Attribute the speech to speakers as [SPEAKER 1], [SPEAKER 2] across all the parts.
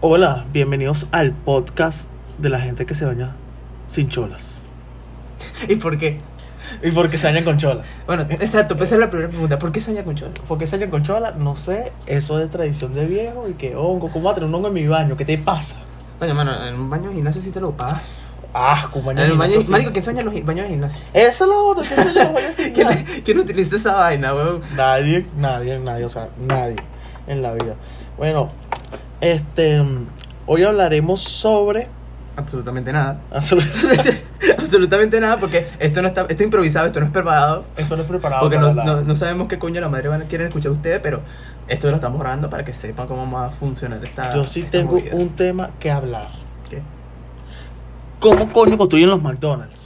[SPEAKER 1] Hola, bienvenidos al podcast de la gente que se baña sin cholas.
[SPEAKER 2] ¿Y por qué?
[SPEAKER 1] ¿Y por qué se bañan con cholas?
[SPEAKER 2] Bueno, exacto, pues esa es la primera pregunta. ¿Por qué soña con chola?
[SPEAKER 1] ¿Por qué se bañan con cholas? No sé, eso es tradición de viejo y que hongo. ¿Cómo va a tener un hongo en mi baño? ¿Qué te pasa?
[SPEAKER 2] Oye, mano, en un baño de gimnasio sí te lo pagas.
[SPEAKER 1] Ah, con baño
[SPEAKER 2] En un baño,
[SPEAKER 1] gimnasio, sí.
[SPEAKER 2] marico, ¿qué sueña los gi- baños de gimnasio?
[SPEAKER 1] Eso es lo otro, ¿qué se llama baño de
[SPEAKER 2] ¿Quién,
[SPEAKER 1] gimnasio?
[SPEAKER 2] ¿Quién utiliza esa vaina, weón?
[SPEAKER 1] Nadie, nadie, nadie, o sea, nadie en la vida. Bueno, este, mm, hoy hablaremos sobre...
[SPEAKER 2] Absolutamente nada.
[SPEAKER 1] Esto
[SPEAKER 2] Absolutamente nada, porque esto no está, esto es improvisado, esto no es preparado.
[SPEAKER 1] no es preparado
[SPEAKER 2] Porque
[SPEAKER 1] para
[SPEAKER 2] no,
[SPEAKER 1] la-
[SPEAKER 2] no- no sabemos qué coño la madre van a quieren escuchar ustedes, pero esto lo estamos grabando para que sepan cómo va a funcionar esta.
[SPEAKER 1] Yo sí
[SPEAKER 2] esta
[SPEAKER 1] tengo
[SPEAKER 2] movida.
[SPEAKER 1] un tema que hablar.
[SPEAKER 2] ¿Qué?
[SPEAKER 1] ¿Cómo coño construyen los McDonald's?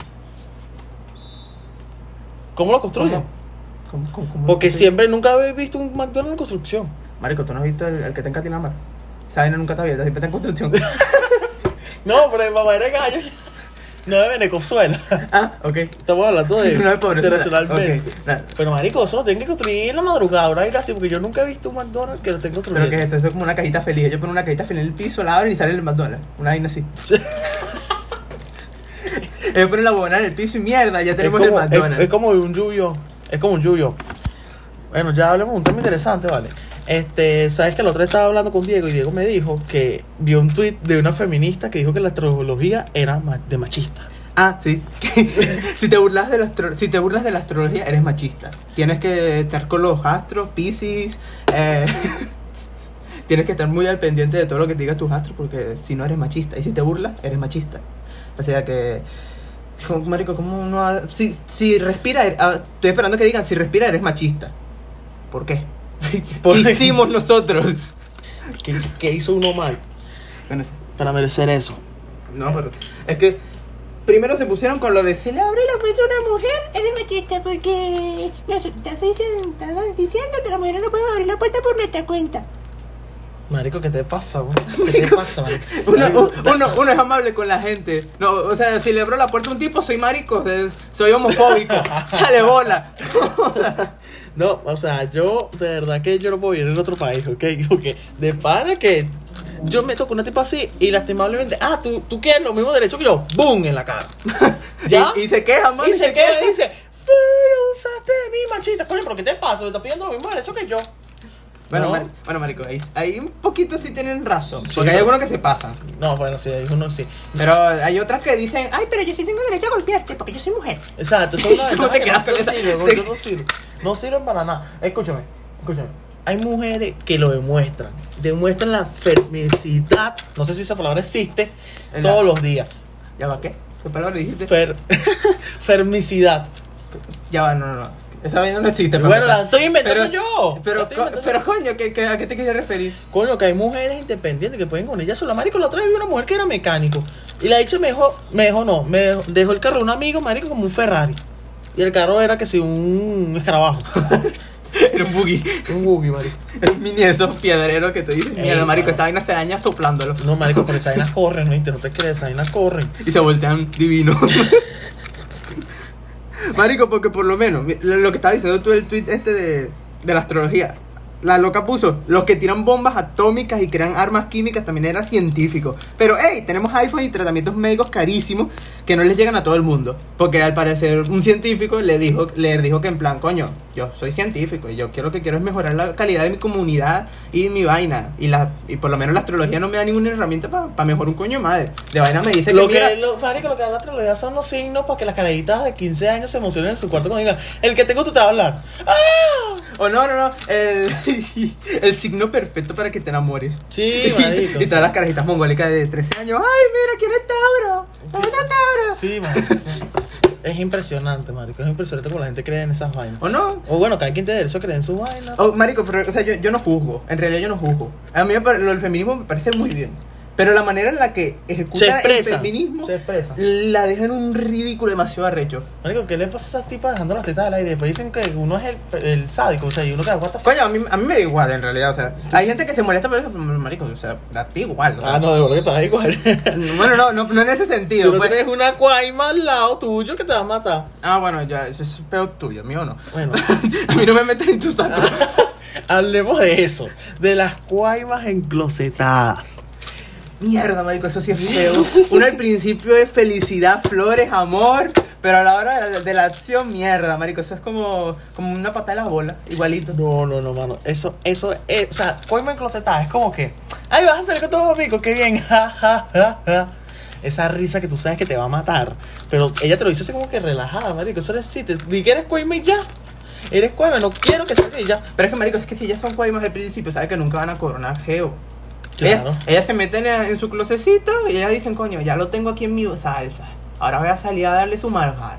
[SPEAKER 1] ¿Cómo lo construyen?
[SPEAKER 2] ¿Cómo? ¿Cómo, cómo, cómo
[SPEAKER 1] Porque
[SPEAKER 2] Sí.
[SPEAKER 1] siempre nunca habéis visto un McDonald's en construcción.
[SPEAKER 2] Marico, tú no has visto el, el que está en Catinamar. Esa vaina nunca está abierta, siempre está en construcción.
[SPEAKER 1] No, pero mi mamá era gallo. No de Venezuela.
[SPEAKER 2] ah, ok.
[SPEAKER 1] Estamos hablando de
[SPEAKER 2] No, es pobre.
[SPEAKER 1] internacionalmente.
[SPEAKER 2] Ok, nada.
[SPEAKER 1] Pero marico, eso lo tienen que construir en la madrugada, ahora ir así, porque yo nunca he visto un McDonald's que lo estén construyendo.
[SPEAKER 2] Pero que es eso, eso es como una cajita feliz. Ellos ponen una cajita feliz en el piso, la abren y sale el McDonald's. Una vaina así. Ellos ponen la huevona en el piso y mierda, ya tenemos
[SPEAKER 1] es como,
[SPEAKER 2] el McDonald's.
[SPEAKER 1] Es, es como un lluvio. Es como un lluvio. Bueno, ya hablemos de un tema interesante, ¿vale? Este, sabes que el otro día estaba hablando con Diego y Diego me dijo que vio un tweet de una feminista que dijo que la astrología era ma- de machista.
[SPEAKER 2] Ah, sí. si, te burlas de la astro- si te burlas de la astrología, eres machista. Tienes que estar con los astros, Pisces. eh, tienes que estar muy al pendiente de todo lo que te digas tus astros, porque si no eres machista. Y si te burlas, eres machista. O sea que. como- Marico, ¿cómo uno.? ha- Si, si respira. er- ah, Estoy esperando que digan, si respira, eres machista. ¿Por qué?
[SPEAKER 1] ¿Por
[SPEAKER 2] ¿Qué
[SPEAKER 1] qué?
[SPEAKER 2] hicimos nosotros?
[SPEAKER 1] ¿Qué, qué hizo uno mal
[SPEAKER 2] Bueno, sí.
[SPEAKER 1] para merecer eso?
[SPEAKER 2] No, pero es que primero se pusieron con lo de si le abre la puerta a una mujer, eres machista porque nos estás diciendo, estás diciendo que las mujeres no pueden abrir la puerta por nuestra cuenta.
[SPEAKER 1] Marico, ¿qué te pasa, güey? ¿Qué te pasa, marico?
[SPEAKER 2] Uno,
[SPEAKER 1] Marico,
[SPEAKER 2] u- uno- uno es amable con la gente. No, o sea, si le abro la puerta a un tipo, soy marico, es- soy homofóbico. Chale bola.
[SPEAKER 1] No, o sea, yo de verdad que yo no puedo vivir en otro país, ¿ok? Porque de para que yo me toco una tipa así y lastimablemente, ah, tú, tú quieres los mismos derechos que yo, ¡boom! en la cara. ¿Ya?
[SPEAKER 2] Y, y se queja, mami.
[SPEAKER 1] Y se queda y dice, fui, usaste de mí, machista. Coño, pero ¿qué te pasa? Me estás pidiendo los mismos derechos que yo.
[SPEAKER 2] Bueno,
[SPEAKER 1] no,
[SPEAKER 2] mar- bueno, marico, ahí, ahí un poquito sí tienen razón.
[SPEAKER 1] Sí,
[SPEAKER 2] Porque hay
[SPEAKER 1] pero-
[SPEAKER 2] algunos que se pasan.
[SPEAKER 1] no, bueno, sí, hay uno sí.
[SPEAKER 2] Pero hay otras que dicen, ay, pero yo sí tengo derecho a golpearte porque yo soy mujer.
[SPEAKER 1] Exacto, son una
[SPEAKER 2] ¿Cómo
[SPEAKER 1] ventaja
[SPEAKER 2] te
[SPEAKER 1] que
[SPEAKER 2] quedas
[SPEAKER 1] no-
[SPEAKER 2] con
[SPEAKER 1] no
[SPEAKER 2] esa?
[SPEAKER 1] sirven,
[SPEAKER 2] Te-
[SPEAKER 1] no- no sirven. No sirven para nada. Escúchame, escúchame. Hay mujeres que lo demuestran. Demuestran la felicidad. No sé si esa palabra existe.
[SPEAKER 2] En la-
[SPEAKER 1] Todos los días.
[SPEAKER 2] ¿Ya va qué? ¿Qué palabra dijiste?
[SPEAKER 1] Fer... Fermicidad.
[SPEAKER 2] Ya va, no, no, no. Esa vaina no existe. para
[SPEAKER 1] Bueno,
[SPEAKER 2] empezar.
[SPEAKER 1] la estoy inventando
[SPEAKER 2] Pero-
[SPEAKER 1] yo. La
[SPEAKER 2] Pero,
[SPEAKER 1] estoy
[SPEAKER 2] co-
[SPEAKER 1] inventando
[SPEAKER 2] pero
[SPEAKER 1] yo.
[SPEAKER 2] coño, ¿qué, qué, a qué te quería referir?
[SPEAKER 1] Coño, que hay mujeres independientes que pueden con ella sola. Marico, la otra vez vi una mujer que era mecánico. Y la dicha me dejó, me dejó no, me dejó, dejó el carro de un amigo, marico, como un Ferrari. Y el carro era que si un escarabajo.
[SPEAKER 2] Era un buggy.
[SPEAKER 1] un buggy, marico.
[SPEAKER 2] Es un mini de esos piedreros que te dicen.
[SPEAKER 1] Ey,
[SPEAKER 2] Mira, marico,
[SPEAKER 1] mano.
[SPEAKER 2] esta vaina se daña soplándolo.
[SPEAKER 1] No, marico, porque esas vainas corren, no te, no te crees, esas vainas corren.
[SPEAKER 2] Y se voltean divinos. marico, porque por lo menos, mi- lo lo que estaba diciendo tú, el tweet este de, de la astrología. La loca puso, los que tiran bombas atómicas y crean armas químicas también eran científicos. Pero, hey, tenemos iPhone y tratamientos médicos carísimos que no les llegan a todo el mundo. Porque al parecer un científico le dijo, le dijo que en plan, coño, yo soy científico y yo quiero lo que quiero es mejorar la calidad de mi comunidad y mi vaina. Y la y por lo menos la astrología no me da ninguna herramienta para mejorar un coño de madre. De vaina me dice
[SPEAKER 1] Lo
[SPEAKER 2] que... mira-
[SPEAKER 1] que, lo, marico, lo que da la astrología son los signos para que las canaditas de 15 años se emocionen en su cuarto cuando digan, el que tengo tú te va a hablar. ¡Ah!
[SPEAKER 2] O no, no, no. El, el signo perfecto para que te enamores.
[SPEAKER 1] Sí, marico.
[SPEAKER 2] y todas las carajitas mongólicas de 13 años. Ay, mira, ¿quién es Tauro? ¿Quién es Tauro?
[SPEAKER 1] Sí, marico. Es impresionante, marico. Es impresionante como la gente cree en esas vainas.
[SPEAKER 2] ¿O no?
[SPEAKER 1] O bueno, cada quien tiene derecho a creer en sus vainas.
[SPEAKER 2] Oh, marico, pero, o sea, yo, yo no juzgo. En realidad yo no juzgo. A mí me pare- lo del feminismo me parece muy bien. Pero la manera en la que
[SPEAKER 1] se
[SPEAKER 2] ejecuta el
[SPEAKER 1] expresa.
[SPEAKER 2] feminismo
[SPEAKER 1] Se expresa.
[SPEAKER 2] la deja en un ridículo demasiado arrecho.
[SPEAKER 1] Marico, ¿qué le pasa a esas tipas dejando las tetas al aire? Después dicen que uno es el, el sádico, o sea, y uno que aguanta.
[SPEAKER 2] Coño, a mí, a mí me da igual en realidad. O sea, hay gente que se molesta por eso, pero marico, o sea, da igual. o sea.
[SPEAKER 1] Ah, de verdad que estás igual.
[SPEAKER 2] Bueno, no, no, no en ese
[SPEAKER 1] Si
[SPEAKER 2] sentido.
[SPEAKER 1] no
[SPEAKER 2] pues.
[SPEAKER 1] tienes una cuaima al lado tuyo que te va a matar.
[SPEAKER 2] Ah, bueno, ya, eso es peor tuyo, mío no.
[SPEAKER 1] Bueno,
[SPEAKER 2] A mí no me meten en tus sacos.
[SPEAKER 1] hablemos de eso. De las cuaimas enclosetadas.
[SPEAKER 2] Mierda, marico, eso sí es feo. Uno al principio es felicidad, flores, amor. Pero a la hora de la, de la acción, mierda, marico. Eso es como, como una patada de las bolas, igualito.
[SPEAKER 1] No, no, no, mano. Eso, eso, eh, o sea, coima enclosetada. Es como que, ay, vas a salir con tus amigos, qué bien. ja, ja, ja, ja. Esa risa que tú sabes que te va a matar. Pero ella te lo dice así como que relajada, marico. Eso no existe. Di que eres coima y ya. Eres coima, no quiero que salga y ya.
[SPEAKER 2] Pero es que, marico, es que si ya son cuaimas al principio, sabes que nunca van a coronar geo. Ellas,
[SPEAKER 1] Claro.
[SPEAKER 2] ellas se meten en, en su closecito y ellas dicen, coño, ya lo tengo aquí en mi salsa. Ahora voy a salir a darle su margar.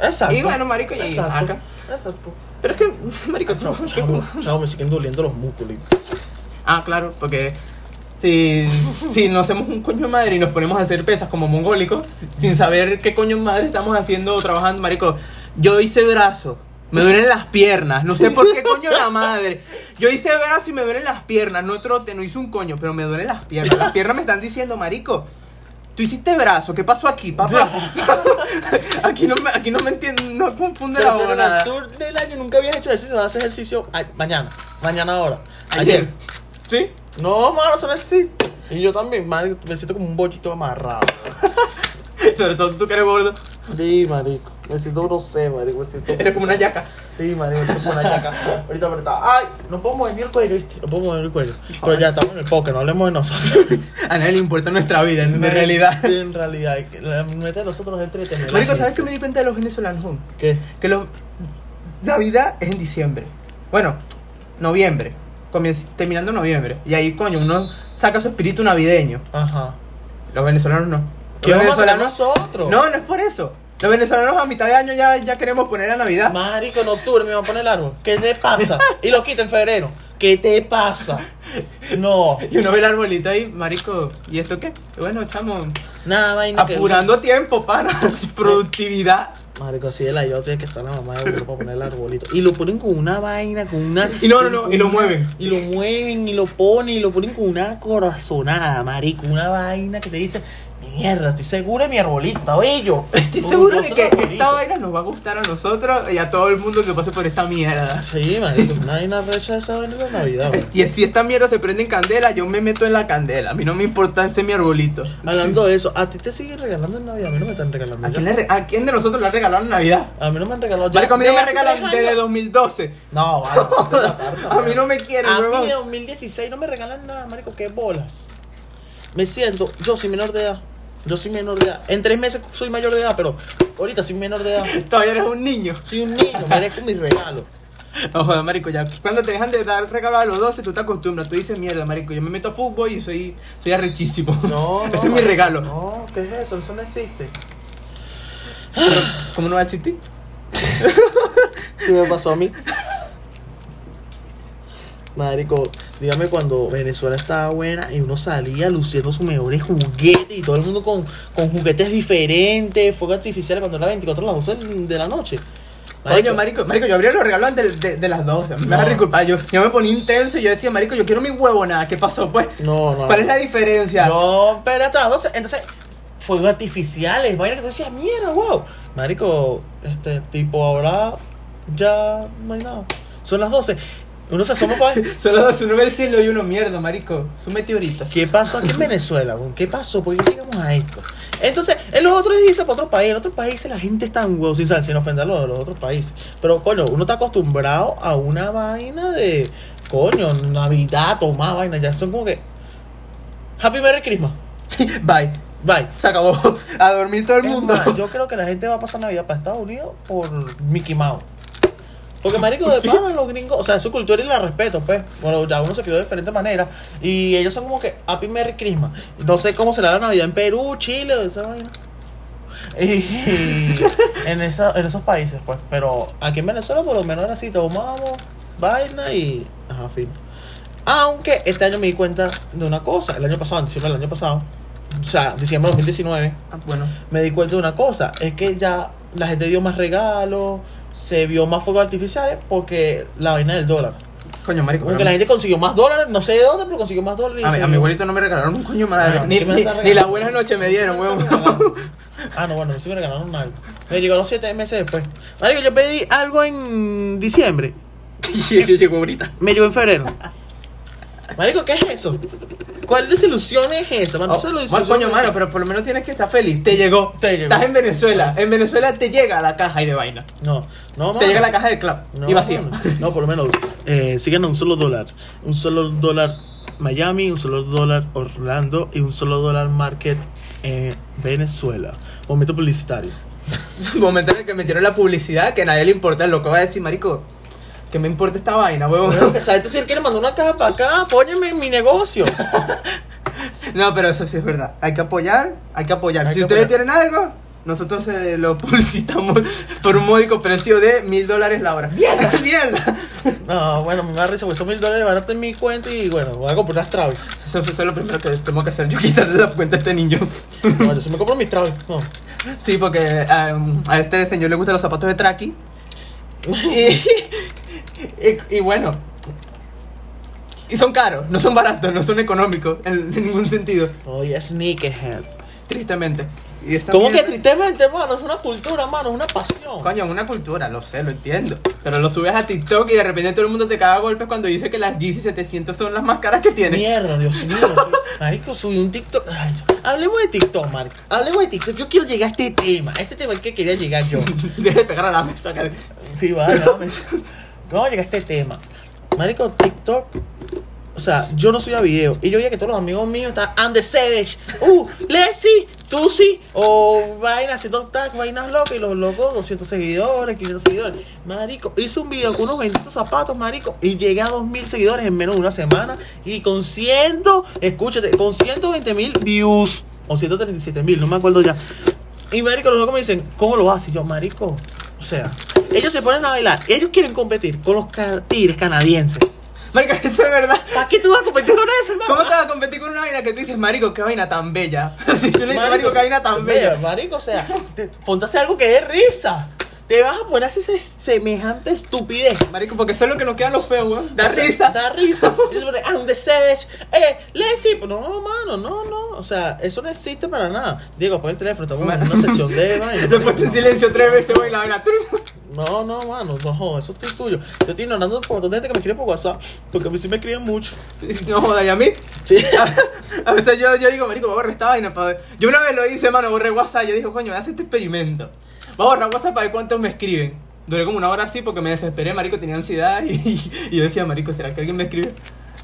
[SPEAKER 1] Exacto.
[SPEAKER 2] Y bueno, marico, y
[SPEAKER 1] Exacto.
[SPEAKER 2] saca.
[SPEAKER 1] Exacto.
[SPEAKER 2] Pero es que, marico,
[SPEAKER 1] Chao,
[SPEAKER 2] no,
[SPEAKER 1] chao, chao, me siguen doliendo los músculos.
[SPEAKER 2] Ah, claro, porque si, si nos hacemos un coño de madre y nos ponemos a hacer pesas como mongólicos, si- sin saber qué coño de madre estamos haciendo o trabajando, marico, yo hice brazo, me duelen las piernas, no sé por qué coño la madre. Yo hice brazo y me duelen las piernas, no trote, no hice un coño, pero me duelen las piernas. Las piernas me están diciendo, marico. Tú hiciste brazo, ¿qué pasó aquí, papá? aquí no me, aquí no me entienden, no confunde la
[SPEAKER 1] Pero, pero,
[SPEAKER 2] nada.
[SPEAKER 1] tú del año nunca habías hecho ejercicio, vas a hacer ejercicio a- mañana. Mañana ahora.
[SPEAKER 2] Ayer. ¿Sí?
[SPEAKER 1] No, mano, eso no existe. Y yo también, marico, me siento como un bollito amarrado.
[SPEAKER 2] Sobre todo tú que eres gordo,
[SPEAKER 1] Sí, marico. Me siento, no sé, marico. Me siento.
[SPEAKER 2] eres como una yaca.
[SPEAKER 1] Sí, marico, me siento como una yaca. Ahorita apretada. Ay, no puedo mover ni el cuello, ¿viste? No puedo mover el cuello. Pero ya estamos en el poker, no hablemos de nosotros.
[SPEAKER 2] A nadie le importa nuestra vida, en realidad.
[SPEAKER 1] Sí, en realidad. es que La meta de nosotros es entretener.
[SPEAKER 2] Marico, ¿sabes qué me di cuenta de los venezolanos? Juan?
[SPEAKER 1] qué?
[SPEAKER 2] Que los... Navidad es en diciembre. Bueno, noviembre. Comienza, terminando noviembre. Y ahí, coño, uno saca su espíritu navideño.
[SPEAKER 1] Ajá.
[SPEAKER 2] Los venezolanos no.
[SPEAKER 1] ¿Qué
[SPEAKER 2] Los
[SPEAKER 1] vamos a hacer
[SPEAKER 2] venezolanos...
[SPEAKER 1] nosotros?
[SPEAKER 2] No, no es por eso. Los venezolanos a mitad de año ya, ya queremos poner a Navidad.
[SPEAKER 1] Marico, en octubre me van a poner el árbol. ¿Qué te pasa? Y lo quita en febrero. ¿Qué te pasa? No.
[SPEAKER 2] Y uno ve el arbolito ahí, marico, ¿y esto qué? Bueno, chamo,
[SPEAKER 1] Nada, vaina. que-
[SPEAKER 2] apurando tiempo para productividad.
[SPEAKER 1] Marico, así de la yo tiene que estar la mamá de uno para poner el arbolito. Y lo ponen con una vaina, con una.
[SPEAKER 2] Y no, no, no, y lo mueven.
[SPEAKER 1] Y lo mueven, y lo ponen, y lo ponen con una corazonada, marico. Una vaina que te dice, mierda, estoy segura de mi arbolito, está bello.
[SPEAKER 2] Estoy seguro de
[SPEAKER 1] Orgulloso
[SPEAKER 2] que
[SPEAKER 1] del arbolito.
[SPEAKER 2] esta vaina nos va a gustar a nosotros y a todo el mundo que pase por esta mierda.
[SPEAKER 1] Sí, marico, una vaina recha de esa vaina de Navidad, bro.
[SPEAKER 2] Y si esta mierda se prende en candela, yo me meto en la candela. A mí no me importa ese mi arbolito.
[SPEAKER 1] Hablando de eso, a ti te siguen regalando en Navidad, a mí no me están regalando.
[SPEAKER 2] ¿A
[SPEAKER 1] ya.
[SPEAKER 2] quién, le re- a quién de nosotros le ha regalado en Navidad?
[SPEAKER 1] A mí no me han regalado. ya
[SPEAKER 2] Marico, a mí no
[SPEAKER 1] desde
[SPEAKER 2] me
[SPEAKER 1] hace
[SPEAKER 2] regalan
[SPEAKER 1] tres
[SPEAKER 2] desde
[SPEAKER 1] años.
[SPEAKER 2] 2012.
[SPEAKER 1] No, vale, te la parto,
[SPEAKER 2] A mí no me quieren,
[SPEAKER 1] A mí
[SPEAKER 2] huevón.
[SPEAKER 1] de 2016 no me regalan nada, marico, qué bolas. Me siento, yo soy menor de edad. Yo soy menor de edad. En tres meses soy mayor de edad, pero ahorita soy menor de edad.
[SPEAKER 2] Todavía eres un niño.
[SPEAKER 1] Soy un niño, merezco mi regalo.
[SPEAKER 2] No joder, marico, ya. Cuando te dejan de dar regalos a los 12, tú te acostumbras. Tú dices, mierda, marico, yo me meto a fútbol y soy, soy arrechísimo. Ese es mi regalo.
[SPEAKER 1] No, ¿qué es eso? Eso no existe.
[SPEAKER 2] ¿Cómo no va a existir?
[SPEAKER 1] Si me pasó a mí. Marico, dígame cuando Venezuela estaba buena y uno salía luciendo sus mejores juguetes y todo el mundo con, con juguetes diferentes, fuegos artificiales cuando era 24 a las 12 de la noche.
[SPEAKER 2] Oye, marico, marico, yo abría los regalos antes de, de- de las 12. Me vas a
[SPEAKER 1] No.
[SPEAKER 2] disculpar, yo, yo me ponía intenso y yo decía, marico, yo quiero mi huevo, nada, ¿qué pasó, pues?
[SPEAKER 1] No, no.
[SPEAKER 2] ¿Cuál es la diferencia?
[SPEAKER 1] No, espérate, a las 12. Entonces, fuegos artificiales, vaina que tú decías, mierda, wow. Marico, este tipo ahora ya no hay nada. Son las 12. Uno se asoma para.
[SPEAKER 2] Solo dos, uno ve el cielo y uno, mierda, marico, es un meteorito.
[SPEAKER 1] ¿Qué pasó aquí en Venezuela? weón? ¿Qué pasó? ¿Por qué llegamos a esto? Entonces, en los otros países, para otros países, en otros países la gente está en huevos, sin, sal- sin ofender a los, los otros países. Pero, coño, uno está acostumbrado a una vaina de, coño, Navidad, tomar vaina, ya son como que... Happy Merry Christmas.
[SPEAKER 2] Bye.
[SPEAKER 1] Bye.
[SPEAKER 2] Se acabó. A dormir todo el
[SPEAKER 1] Es
[SPEAKER 2] mundo.
[SPEAKER 1] más, yo creo que la gente va a pasar Navidad para Estados Unidos por Mickey Mouse. Porque marico de pana los gringos, o sea, su cultura y la respeto, pues. Bueno, ya uno se crió de diferentes maneras y ellos son como que Happy Merry Christmas. No sé cómo será la Navidad en Perú, Chile, esa vaina. Y en, esa- en esos países, pues. Pero aquí en Venezuela por lo menos era así, tomamos vaina y ajá, fin. Aunque este año me di cuenta de una cosa, el año pasado, en diciembre del año pasado, o sea, diciembre de 2019
[SPEAKER 2] Ah, bueno.
[SPEAKER 1] me di cuenta de una cosa, es que ya la gente dio más regalos, se vio más fuegos artificiales porque la vaina del dólar.
[SPEAKER 2] Coño, marico.
[SPEAKER 1] Porque
[SPEAKER 2] pero
[SPEAKER 1] la
[SPEAKER 2] a mí-
[SPEAKER 1] gente consiguió más dólares, no sé de dónde, pero consiguió más dólares. y
[SPEAKER 2] a, mí-
[SPEAKER 1] se-
[SPEAKER 2] a mi abuelito no me regalaron un coño de madre.
[SPEAKER 1] Ah, no,
[SPEAKER 2] ni,
[SPEAKER 1] ¿qué me
[SPEAKER 2] ni-
[SPEAKER 1] estás
[SPEAKER 2] ni la
[SPEAKER 1] regalando?
[SPEAKER 2] buena noche me dieron, huevón.
[SPEAKER 1] Ah, no, bueno, sí me regalaron algo. Me llegó los siete meses después. Marico, yo pedí algo en diciembre.
[SPEAKER 2] Y yo llegó ahorita.
[SPEAKER 1] Me llegó en febrero. Marico, ¿qué es eso? ¿Cuál desilusión es esa, mano?
[SPEAKER 2] Oh,
[SPEAKER 1] Esa
[SPEAKER 2] mal
[SPEAKER 1] desilusión-
[SPEAKER 2] coño, mano, pero por lo menos tienes que estar feliz. Te llegó.
[SPEAKER 1] Te llegó. Ah.
[SPEAKER 2] Estás en Venezuela. En Venezuela te llega la caja y de vaina.
[SPEAKER 1] No, no, mano.
[SPEAKER 2] Te llega la caja del club
[SPEAKER 1] No,
[SPEAKER 2] y vacía.
[SPEAKER 1] mano. No, por lo menos, eh, sigan a un solo dólar. Un solo dólar Miami, un solo dólar Orlando y un solo dólar Market en Venezuela. Momento publicitario.
[SPEAKER 2] Momento en el que metieron la publicidad que a nadie le importa lo que va a decir, marico. Que me importa esta vaina, huevón.
[SPEAKER 1] ¿Sabes tú si él quiere mandar una caja para acá? Apóyame en mi negocio.
[SPEAKER 2] No, pero eso sí es verdad. Hay que apoyar, hay que apoyar.
[SPEAKER 1] Hay
[SPEAKER 2] si
[SPEAKER 1] que
[SPEAKER 2] ustedes
[SPEAKER 1] apoyar.
[SPEAKER 2] tienen algo, nosotros eh, lo publicitamos por un módico precio de mil dólares la hora. ¡Mierda! ¡Mierda!
[SPEAKER 1] No, bueno, me da risa, porque son mil dólares barato en mi cuenta y bueno, voy a comprar unas traves.
[SPEAKER 2] Eso fue lo primero que tengo que hacer. Yo quitarle la cuenta a este niño.
[SPEAKER 1] No, yo sí me compro mis traves. No.
[SPEAKER 2] Sí, porque em, a este señor le gustan los zapatos de traqui. Y, y- y bueno. Y son caros, no son baratos, no son económicos en, en ningún sentido.
[SPEAKER 1] Oye, sneakerhead.
[SPEAKER 2] Tristemente. Y esta
[SPEAKER 1] ¿Cómo que
[SPEAKER 2] mierda-
[SPEAKER 1] tristemente, mano? Es una cultura, mano, es una pasión.
[SPEAKER 2] Coño, es una cultura, lo sé, lo entiendo. Pero lo subes a TikTok y de repente todo el mundo te caga a golpes cuando dice que las Yeezy 700 son las más caras que tienen.
[SPEAKER 1] Mierda, Dios mío. Marico, subí un TikTok. Ay, hablemos de TikTok, Marico. Hablemos de TikTok. Yo quiero llegar a este tema. Este tema es que quería llegar yo.
[SPEAKER 2] Deja de pegar a la mesa, cara.
[SPEAKER 1] Sí, vale, dame. ¿Cómo llegar a este tema? Marico, TikTok. O sea, yo no subía video. Y yo veía que todos los amigos míos estaban And the Savage, uh, Lessie, Tusi, o vainas haciendo tag, vainas locas. Y los locos, 200 seguidores, 500 seguidores. Marico, hice un video con unos 20 zapatos, marico. Y llegué a 2000 seguidores en menos de una semana. Y con 100, escúchate, con 120 mil views. O 137 mil, no me acuerdo ya. Y marico, los locos me dicen, ¿cómo lo haces? Y Yo, marico, o sea, ellos se ponen a bailar, ellos quieren competir con los ca- tigres canadienses.
[SPEAKER 2] Marico, eso es verdad.
[SPEAKER 1] ¿Para qué tú vas a competir con eso, hermano?
[SPEAKER 2] ¿Cómo te vas a competir con una vaina que tú dices, marico, qué vaina tan bella? Si yo le digo,
[SPEAKER 1] Marico,
[SPEAKER 2] marico, qué vaina
[SPEAKER 1] mira,
[SPEAKER 2] tan bella.
[SPEAKER 1] Marico, o sea, te- ponte a hacer algo que dé risa. Te vas a poner a hacer se- semejante estupidez.
[SPEAKER 2] Marico, porque eso es lo que nos queda lo feo, weón. Da
[SPEAKER 1] O sea,
[SPEAKER 2] risa.
[SPEAKER 1] Da risa. Ellos se ponen, "I'm the Sage, eh, Leslie. No, mano, no, no. O sea, eso no existe para nada. Diego, pon el teléfono, estamos en una sesión de... vaina.
[SPEAKER 2] Lo he puesto en silencio tres veces, weón, y la vaina.
[SPEAKER 1] No, no, mano, no, joder, eso es tuyo. Yo estoy ignorando por un montón de gente que me escribe por WhatsApp, porque a mí sí me escriben mucho.
[SPEAKER 2] No joda, ¿y a mí?
[SPEAKER 1] Sí.
[SPEAKER 2] A veces yo, yo digo, marico, voy a borrar esta vaina para ver. Yo una vez lo hice, mano, borré WhatsApp. Yo dije, coño, voy a hacer este experimento. Voy a borrar WhatsApp para ver cuántos me escriben. Duré como una hora así porque me desesperé, marico, tenía ansiedad. Y, y yo decía, marico, ¿será que alguien me escribe?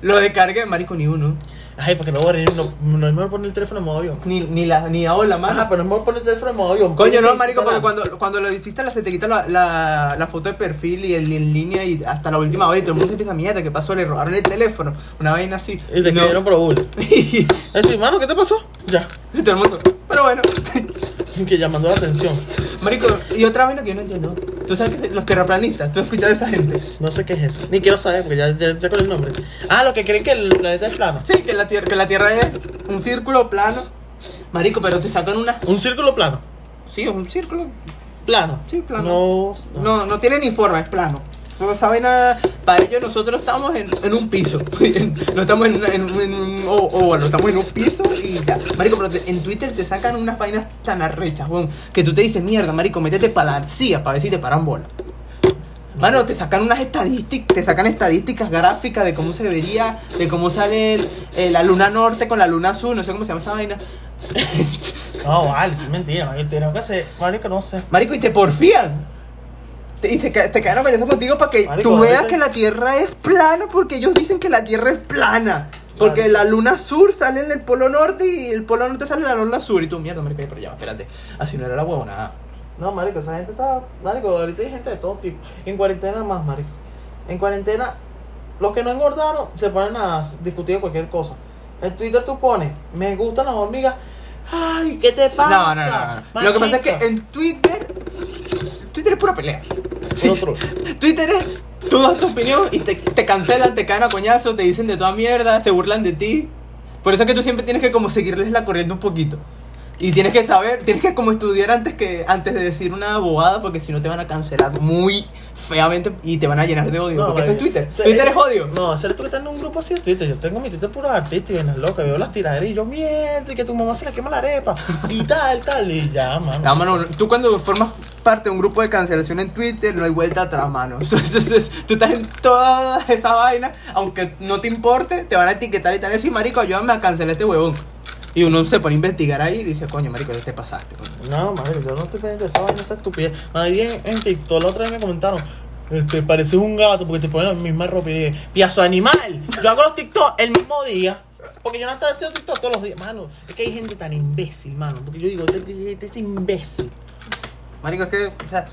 [SPEAKER 2] Lo descargué, marico, ni uno.
[SPEAKER 1] Ay, porque no borré, no, no es mejor poner el teléfono en modo avión.
[SPEAKER 2] Ni, ni la, ni a hola, mano.
[SPEAKER 1] Ajá, pero es mejor poner el teléfono en modo avión.
[SPEAKER 2] Coño, no,
[SPEAKER 1] Tienes
[SPEAKER 2] marico,
[SPEAKER 1] que
[SPEAKER 2] porque
[SPEAKER 1] instalar.
[SPEAKER 2] cuando, cuando lo hiciste la, se te quita la, la, la foto de perfil y el en línea y hasta la última hora y todo el mundo se empieza, mierda, ¿qué pasó? Le robaron el teléfono. Una vaina así.
[SPEAKER 1] Y te
[SPEAKER 2] No.
[SPEAKER 1] escribieron por Google.
[SPEAKER 2] y
[SPEAKER 1] Es decir, mano, ¿qué te pasó? Ya.
[SPEAKER 2] todo el mundo. Pero bueno.
[SPEAKER 1] Que llamando la atención.
[SPEAKER 2] Marico, y otra vaina que yo no entiendo. Tú sabes que los terraplanistas, tú has escuchado a esa gente.
[SPEAKER 1] No sé qué es eso. Ni quiero saber, porque ya, ya, ya con el nombre. Ah, lo que creen que el planeta es plano.
[SPEAKER 2] Sí, que la tierra, que la tierra es un círculo plano. Marico, pero te sacan una.
[SPEAKER 1] Un círculo plano.
[SPEAKER 2] Sí, es un círculo.
[SPEAKER 1] Plano.
[SPEAKER 2] Sí, plano.
[SPEAKER 1] No.
[SPEAKER 2] No, no tiene ni forma, es plano. No saben nada. Para ellos nosotros estamos en, en un piso. no estamos en, una- en un- en un o- óvalo, estamos en un piso y ya. Marico, pero te- en Twitter te sacan unas vainas tan arrechas, weón, que tú te dices, mierda, marico, métete para la arcilla para ver si te paran bola. Mano, te sacan unas estadísticas, te sacan estadísticas gráficas de cómo se vería, de cómo sale el- eh, la luna norte con la luna azul, no sé cómo se llama esa vaina.
[SPEAKER 1] No, vale, es mentira. Marico, tenemos que hacer. Marico, no sé.
[SPEAKER 2] Marico, y te porfían. Te, y te, ca- te caen a payaso contigo para que
[SPEAKER 1] Marico,
[SPEAKER 2] tú veas
[SPEAKER 1] ahorita-
[SPEAKER 2] que la Tierra es plana, porque ellos dicen que la Tierra es plana. Porque
[SPEAKER 1] Marico.
[SPEAKER 2] la luna sur sale en el polo norte y el polo norte sale en la luna sur. Y tú, mierda, marico, pero ya, va, espérate. Así no era la huevonada.
[SPEAKER 1] No, marico, esa gente está... Marico, ahorita hay gente de todo tipo. En cuarentena más, marico. En cuarentena, los que no engordaron se ponen a discutir de cualquier cosa. En Twitter tú pones, me gustan las hormigas. Ay, ¿qué te
[SPEAKER 2] No, no,
[SPEAKER 1] pasa?
[SPEAKER 2] no, no. Lo que pasa es que en Twitter. Twitter es pura pelea.
[SPEAKER 1] en... Otro.
[SPEAKER 2] Twitter es. Tú das tu opinión y te, te cancelan, te caen a coñazo, te dicen de toda mierda, se burlan de ti. Por eso es que tú siempre tienes que como seguirles la corriente un poquito. Y tienes que saber, tienes que como estudiar antes que antes de decir una bobada, porque si no te van a cancelar muy feamente y te van a llenar de odio.
[SPEAKER 1] No,
[SPEAKER 2] porque eso es
[SPEAKER 1] marico.
[SPEAKER 2] Twitter.
[SPEAKER 1] O sea,
[SPEAKER 2] Twitter
[SPEAKER 1] ese-
[SPEAKER 2] es odio.
[SPEAKER 1] No, hacer tú que estás en un grupo así de Twitter. Yo tengo mi Twitter pura artista y venas loca. Veo las tiraderas y yo, mierda, y que tu mamá se le quema la arepa. Y tal, tal, y ya, mano.
[SPEAKER 2] No, mano, Ah, tú cuando formas parte de un grupo de cancelación en Twitter, no hay vuelta atrás, mano. Entonces, tú estás en toda esa vaina, aunque no te importe, te van a etiquetar y te van a decir, marico, ayúdame a cancelar este huevón. Y uno se pone a investigar ahí y dice, coño, marico, ya te pasaste. coño.
[SPEAKER 1] No, madre, yo no estoy pendiente de esa vaina, esa estupidez. Más bien en TikTok la otra vez me comentaron. Este, pareces un gato porque te ponen la misma ropa y dije, piazo animal. Yo hago los TikTok el mismo día. Porque yo no estaba haciendo TikTok todos los días. Mano, es que hay gente tan imbécil, mano. Porque yo digo, este, este- este imbécil.
[SPEAKER 2] Marico, es que, o sea,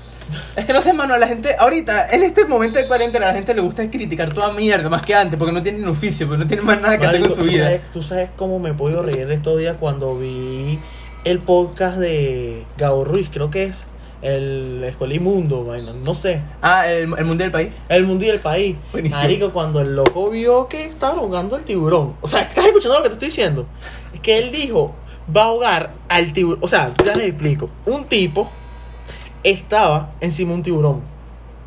[SPEAKER 2] es que no sé, mano, la gente, ahorita, en este momento de cuarentena, a la gente le gusta criticar toda mierda, más que antes, porque no tienen oficio, porque no tienen más nada que hacer
[SPEAKER 1] Marico,
[SPEAKER 2] con su
[SPEAKER 1] ¿tú
[SPEAKER 2] vida.
[SPEAKER 1] sabes- ¿Tú sabes cómo me he podido reír estos días cuando vi el podcast de Gabo Ruiz? Creo que es el Escuela Inmundo, vaina, no sé.
[SPEAKER 2] Ah, el, el mundo del país.
[SPEAKER 1] El mundo y el país.
[SPEAKER 2] Buenísimo.
[SPEAKER 1] Marico, cuando el loco vio que estaba ahogando al tiburón. O sea, ¿estás escuchando lo que te estoy diciendo? Es que él dijo, va a ahogar al tiburón. O sea, ya les explico. Un tipo estaba encima de un tiburón.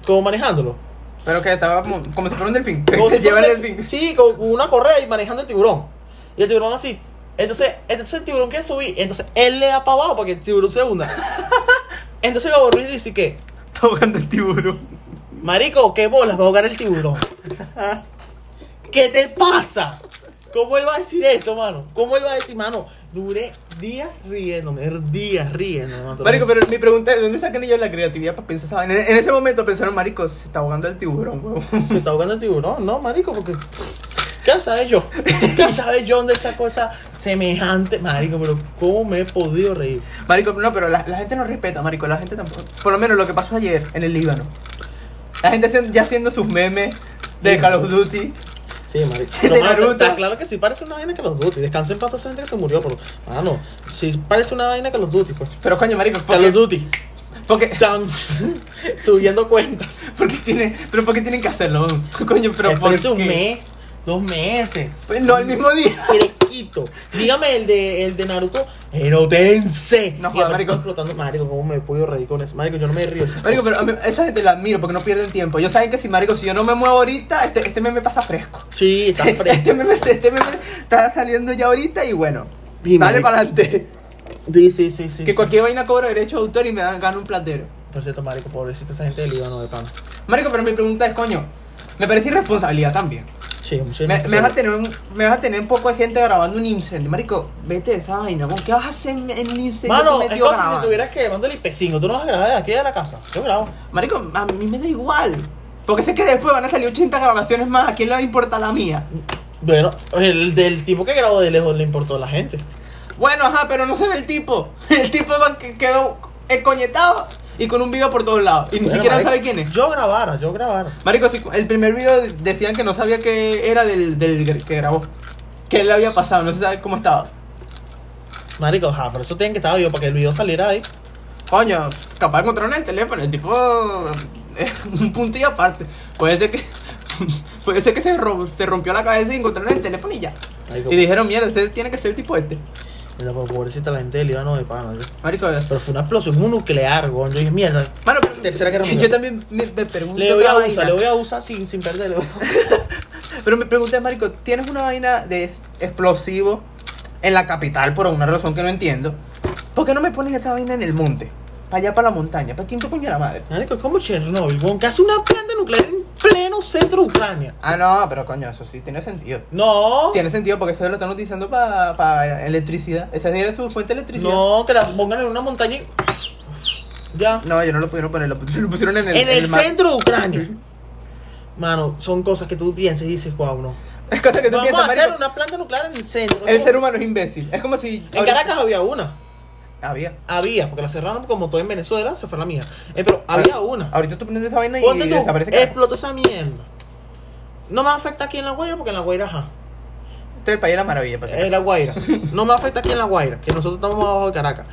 [SPEAKER 1] Como manejándolo.
[SPEAKER 2] Pero que estaba como, como si fuera un delfín.
[SPEAKER 1] Como
[SPEAKER 2] Que
[SPEAKER 1] si
[SPEAKER 2] lleva
[SPEAKER 1] fuera-
[SPEAKER 2] el delfín.
[SPEAKER 1] Sí, con con una correa y manejando el tiburón. Y el tiburón así. Entonces, entonces el tiburón quiere subir. Entonces él le da para abajo para que el tiburón se hunda. Entonces Gabo Ruiz dice que,
[SPEAKER 2] Está ahogando el tiburón.
[SPEAKER 1] Marico, qué bolas, va a ahogar el tiburón. ¿Qué te pasa? ¿Cómo él va a decir eso, mano? ¿Cómo él va a decir, mano? Duré días riéndome, er, días riéndome. mano.
[SPEAKER 2] Marico, pero mi pregunta es, ¿de dónde sacan ellos la creatividad para pensar esa vaina? En, en ese momento pensaron, marico, se está ahogando el tiburón, huevón.
[SPEAKER 1] Se está ahogando el tiburón, no, marico, porque. ¿Qué sabe yo? ¿Qué sabe yo dónde sacó esa semejante? Marico, pero ¿cómo me he podido reír?
[SPEAKER 2] Marico, no, pero la, la gente no respeta, marico, la gente tampoco. Por lo menos lo que pasó ayer en el Líbano. La gente haciendo- ya haciendo sus memes de Call of Duty.
[SPEAKER 1] Sí, marico.
[SPEAKER 2] De
[SPEAKER 1] Pero, mano,
[SPEAKER 2] Naruto.
[SPEAKER 1] está Claro que sí, parece una vaina que los duty. Descansen en paz toda esa gente que se murió, pero. Mano, sí, parece una vaina que los duty, pues.
[SPEAKER 2] Pero coño, marico,
[SPEAKER 1] Que los
[SPEAKER 2] porque,
[SPEAKER 1] duty.
[SPEAKER 2] porque,
[SPEAKER 1] Dance. Subiendo cuentas.
[SPEAKER 2] porque tienen, pero porque tienen que hacerlo, huevón? coño, pero por
[SPEAKER 1] Espérense un
[SPEAKER 2] qué?
[SPEAKER 1] mes, dos meses.
[SPEAKER 2] Pues no, el mismo día.
[SPEAKER 1] Fresquito. Dígame el de, el de Naruto. Erotense.
[SPEAKER 2] No
[SPEAKER 1] Y
[SPEAKER 2] jodas,
[SPEAKER 1] aparte
[SPEAKER 2] marico.
[SPEAKER 1] está explotando. Marico, ¿cómo me puedo reír con eso? Marico, yo no me río. de esas
[SPEAKER 2] Marico,
[SPEAKER 1] cosas.
[SPEAKER 2] pero a mí- esa gente la admiro porque no pierden tiempo. Ellos saben que si, marico, si yo no me muevo ahorita, este, este meme pasa fresco.
[SPEAKER 1] Sí, está
[SPEAKER 2] Este
[SPEAKER 1] fresco.
[SPEAKER 2] meme, este meme está saliendo ya ahorita y bueno.
[SPEAKER 1] Sí,
[SPEAKER 2] dale
[SPEAKER 1] marico.
[SPEAKER 2] para adelante.
[SPEAKER 1] Sí, sí, sí, sí.
[SPEAKER 2] Que
[SPEAKER 1] sí.
[SPEAKER 2] cualquier vaina cobra derecho de autor y me dan, gano un platero.
[SPEAKER 1] Por cierto, marico, pobrecita esa gente del Líbano de pana.
[SPEAKER 2] Marico, pero mi pregunta es, coño, me parece irresponsabilidad también.
[SPEAKER 1] Sí, mucho
[SPEAKER 2] Me, me vas a tener un, me vas a tener un poco de gente grabando un incendio. Marico, vete de esa vaina. ¿Con qué vas a hacer en en un incendio?
[SPEAKER 1] Mano,
[SPEAKER 2] tú
[SPEAKER 1] es
[SPEAKER 2] metido
[SPEAKER 1] como si
[SPEAKER 2] grabando?
[SPEAKER 1] se tuvieras que mandar el pecingo. Tú no vas a grabar de aquí de la casa. Yo grabo.
[SPEAKER 2] Marico, a mí me da igual. Porque sé que después van a salir 80 grabaciones más. ¿A quién le va a importar la mía?
[SPEAKER 1] Bueno, el del tipo que grabó de lejos le importó a la gente.
[SPEAKER 2] Bueno, ajá, pero no se ve el tipo. El tipo va- que quedó encoñetado y con un video por todos lados. Y ni
[SPEAKER 1] Bueno,
[SPEAKER 2] siquiera
[SPEAKER 1] marico,
[SPEAKER 2] sabe quién es.
[SPEAKER 1] Yo grabara, yo grabara.
[SPEAKER 2] Marico, sí, el primer video decían que no sabía que era del, del que grabó. Que le había pasado, no se sabe cómo estaba.
[SPEAKER 1] Marico, ajá, por eso tienen que estar yo, para que el video saliera ahí.
[SPEAKER 2] Coño, capaz encontraron el teléfono, el tipo. eh, un puntillo aparte. Puede ser que. Puede ser que se, ro- se rompió la cabeza y encontraron el teléfono y ya.
[SPEAKER 1] Marico,
[SPEAKER 2] Y dijeron, mierda, este tiene que ser el tipo este.
[SPEAKER 1] Mira, pues, pobrecita la gente del Líbano de pana. yo-
[SPEAKER 2] Marico,
[SPEAKER 1] Pero fue una explosión como nuclear, weón. Yo dije, mierda.
[SPEAKER 2] mano, pero-
[SPEAKER 1] Tercera guerra mundial.
[SPEAKER 2] Yo también me, me pregunto.
[SPEAKER 1] Le voy a
[SPEAKER 2] otra
[SPEAKER 1] usar,
[SPEAKER 2] vaina.
[SPEAKER 1] le voy a usar sin, sin perder. le voy a-
[SPEAKER 2] Pero me pregunté, Marico, ¿tienes una vaina de es- explosivo en la capital por una razón que no entiendo? ¿Por qué no me pones esa vaina en el monte? Para allá, para la montaña. ¿Para quién tu coño la madre?
[SPEAKER 1] Marico, es como Chernobyl, weón. Que hace una planta nuclear en pleno centro de Ucrania.
[SPEAKER 2] Ah, no, pero coño, eso sí tiene sentido.
[SPEAKER 1] No.
[SPEAKER 2] Tiene sentido porque eso lo están utilizando para electricidad. Esa sí era su fuente de electricidad.
[SPEAKER 1] No, que la pongan en una montaña y... Ya.
[SPEAKER 2] No, ellos no lo pudieron poner, lo, pus- lo pusieron en el,
[SPEAKER 1] en el,
[SPEAKER 2] mar.
[SPEAKER 1] centro de Ucrania. Mano, son cosas que tú piensas y dices, wow, no.
[SPEAKER 2] Es cosa que tú
[SPEAKER 1] Vamos
[SPEAKER 2] piensas,
[SPEAKER 1] a hacer
[SPEAKER 2] marico,
[SPEAKER 1] una planta nuclear en el centro.
[SPEAKER 2] El
[SPEAKER 1] No.
[SPEAKER 2] ser humano es imbécil. Es como si. Ah,
[SPEAKER 1] En Caracas había una.
[SPEAKER 2] Había.
[SPEAKER 1] Había, porque la cerraron como todo en Venezuela, se fue la mía. Eh, pero había una.
[SPEAKER 2] Ahorita tú pones esa vaina Ah, y
[SPEAKER 1] Ponte tú,
[SPEAKER 2] desaparece. Caracas.
[SPEAKER 1] explotó esa mierda. No me afecta aquí en La Guaira, porque en La Guaira, ajá.
[SPEAKER 2] Este es el país de la maravilla. por si
[SPEAKER 1] En Eh, La Guaira. No me afecta aquí en La Guaira, que nosotros estamos más abajo de Caracas.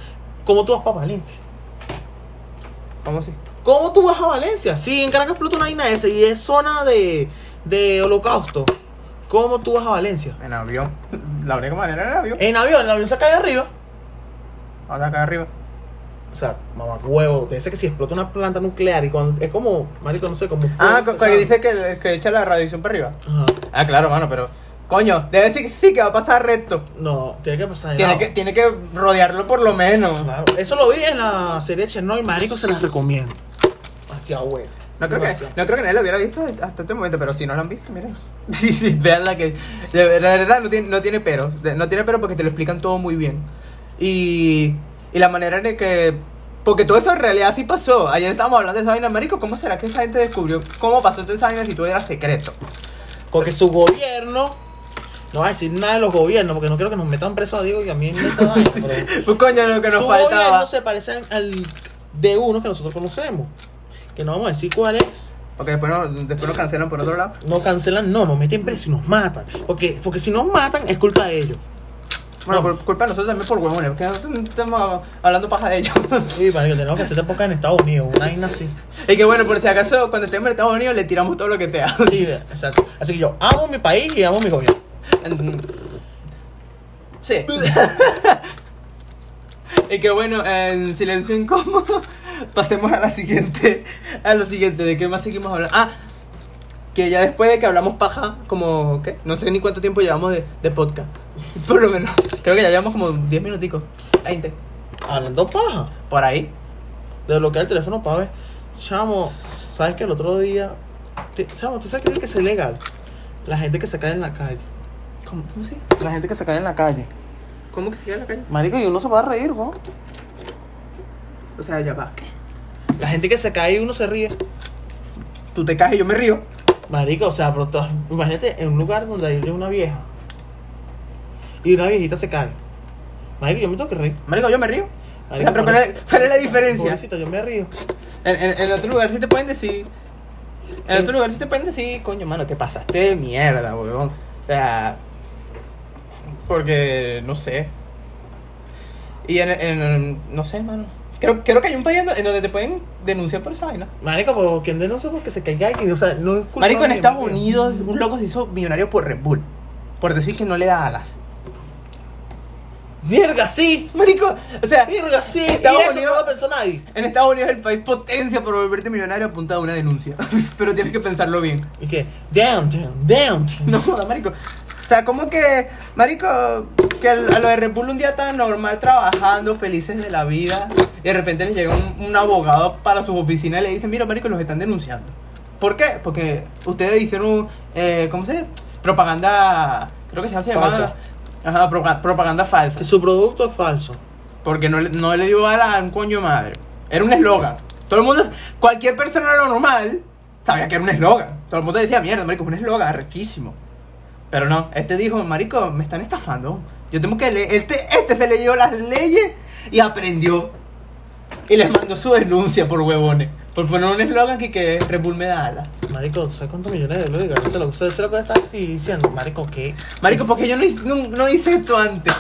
[SPEAKER 1] ¿Cómo tú vas para Valencia?
[SPEAKER 2] acaso. ¿Cómo así?
[SPEAKER 1] ¿Cómo tú vas a Valencia? Si en Caracas explota una vaina esa y es zona de, de holocausto, ¿cómo tú vas a Valencia?
[SPEAKER 2] En avión. La única manera era en avión.
[SPEAKER 1] En avión, el avión se cae arriba.
[SPEAKER 2] Ahora acá arriba.
[SPEAKER 1] O sea, mamá huevo, te dice que si explota una planta nuclear y cuando es como, marico, no sé, como fuego,
[SPEAKER 2] Ah, con- con
[SPEAKER 1] ¿sabes?
[SPEAKER 2] que dice que, que echa la radiación para arriba.
[SPEAKER 1] Ajá.
[SPEAKER 2] Ah, claro, mano, pero. Coño, debe decir que sí que va a pasar recto.
[SPEAKER 1] No, tiene que pasar de
[SPEAKER 2] Tiene
[SPEAKER 1] lado.
[SPEAKER 2] que, tiene que rodearlo por lo menos.
[SPEAKER 1] Claro, Eso lo vi en la serie de Chernobyl, marico, se las recomiendo. Hacia bueno.
[SPEAKER 2] No creo, que, no creo que nadie lo hubiera visto hasta este momento, pero si no lo han visto, miren. Sí, sí, vean la que. De ver- la verdad, no tiene, no tiene pero. de- No tiene pero porque te lo explican todo muy bien. Y. Y la manera en que. Porque todo eso en realidad sí pasó. Ayer estábamos hablando de esa vaina, marico. ¿Cómo será que esa gente descubrió cómo pasó toda esa vaina si todo era secreto?
[SPEAKER 1] Porque su gobierno. No va a decir nada de los gobiernos, porque no quiero que nos metan preso a Diego y a mí en esta vaina, pero-
[SPEAKER 2] Pues coño, lo que nos
[SPEAKER 1] su
[SPEAKER 2] faltaba.
[SPEAKER 1] gobierno se parecen al de uno que nosotros conocemos. Que no vamos a decir cuál es.
[SPEAKER 2] Ok, después nos, después nos cancelan por otro lado.
[SPEAKER 1] Nos cancelan, no, nos meten preso y nos matan. Porque, porque si nos matan es culpa de ellos.
[SPEAKER 2] Bueno,
[SPEAKER 1] No.
[SPEAKER 2] por culpa de nosotros también por huevones, porque nosotros estamos hablando paja de ellos.
[SPEAKER 1] Sí, marico, tenemos que hacer época en Estados Unidos, una vaina así.
[SPEAKER 2] y que bueno, por si acaso, cuando estemos en Estados Unidos, le tiramos todo lo que sea.
[SPEAKER 1] Sí, exacto. Así que yo amo mi país y amo mi gobierno.
[SPEAKER 2] Sí. y que bueno, en silencio incómodo, pasemos a la siguiente. A lo siguiente, ¿de qué más seguimos hablando? Ah, que ya después de que hablamos paja, como, ¿qué? No sé ni cuánto tiempo llevamos de, de podcast. Por lo menos, creo que ya llevamos como 10 minuticos. 20.
[SPEAKER 1] Hablando paja.
[SPEAKER 2] Por ahí.
[SPEAKER 1] De bloquear el teléfono para ver. Chamo, ¿sabes que el otro día. te- chamo, ¿tú sabes que tiene que ser legal? La gente que se cae en la calle.
[SPEAKER 2] ¿Cómo, cómo se-
[SPEAKER 1] La gente que se cae en la calle.
[SPEAKER 2] ¿Cómo que se queda la calle?
[SPEAKER 1] Marico, y uno se va a reír, ¿no?
[SPEAKER 2] O sea, ya va. ¿qué?
[SPEAKER 1] La gente que se cae y uno se ríe.
[SPEAKER 2] Tú te caes y yo me río.
[SPEAKER 1] Marico, o sea, pero tú- imagínate en un lugar donde hay una vieja y una viejita se cae. Marico, yo me tengo que reír.
[SPEAKER 2] Marico, yo me río. O
[SPEAKER 1] Marico,
[SPEAKER 2] sea, pero ¿cuál
[SPEAKER 1] pobrecita-
[SPEAKER 2] es, cuál es la diferencia?
[SPEAKER 1] Pobrecita, yo me río.
[SPEAKER 2] En, en, en otro lugar sí te pueden decir. En otro lugar sí te pueden decir, coño, mano, te pasaste de mierda, weón. O sea. Porque, no sé. Y en. en- no sé, mano. Creo, creo que hay un país en do- en donde te pueden denunciar por esa vaina.
[SPEAKER 1] Marico, pero quien denuncia porque se caiga alguien, o sea, no es culpa
[SPEAKER 2] Marico,
[SPEAKER 1] de
[SPEAKER 2] en
[SPEAKER 1] nadie,
[SPEAKER 2] Estados
[SPEAKER 1] marico.
[SPEAKER 2] Unidos un loco se hizo millonario por Red Bull. Por decir que no le da alas.
[SPEAKER 1] ¡Mierda, sí!
[SPEAKER 2] Marico, o sea,
[SPEAKER 1] ¡Mierda, sí!
[SPEAKER 2] Estados
[SPEAKER 1] Y eso
[SPEAKER 2] Unidos-
[SPEAKER 1] no lo pensó nadie.
[SPEAKER 2] en Estados Unidos es el país potencia por volverte millonario a punta de una denuncia. Pero tienes que pensarlo bien.
[SPEAKER 1] ¿Y qué? Damn, damn, damn.
[SPEAKER 2] No joda, marico. O sea, como que, marico, que al- a lo de Red Bull un día tan normal trabajando, felices de la vida, y de repente les llega un, un abogado para sus oficinas y le dice, mira, marico, los están denunciando. ¿Por qué? Porque ustedes hicieron, eh, ¿cómo se dice? Propaganda, creo que se hace
[SPEAKER 1] Falsa.
[SPEAKER 2] llamada. Ajá, propa- propaganda falsa.
[SPEAKER 1] Que su producto es falso.
[SPEAKER 2] Porque no le, no le dio ala a un coño de madre. Era un eslogan. Todo el mundo, cualquier persona normal, sabía que era un eslogan. Todo el mundo decía, mierda, marico, es un eslogan, rechísimo. Pero no, este dijo, marico, me están estafando. Yo tengo que leer. Este, este se leyó las leyes y aprendió. Y les mandó su denuncia por huevones. Por poner un eslogan que, que Red Bull me da ala.
[SPEAKER 1] Marico, ¿sabes cuántos millones de dólares ganó? Se lo, se, se lo que está diciendo. Marico, ¿qué?
[SPEAKER 2] Marico, porque yo no, hice- no, no hice esto antes.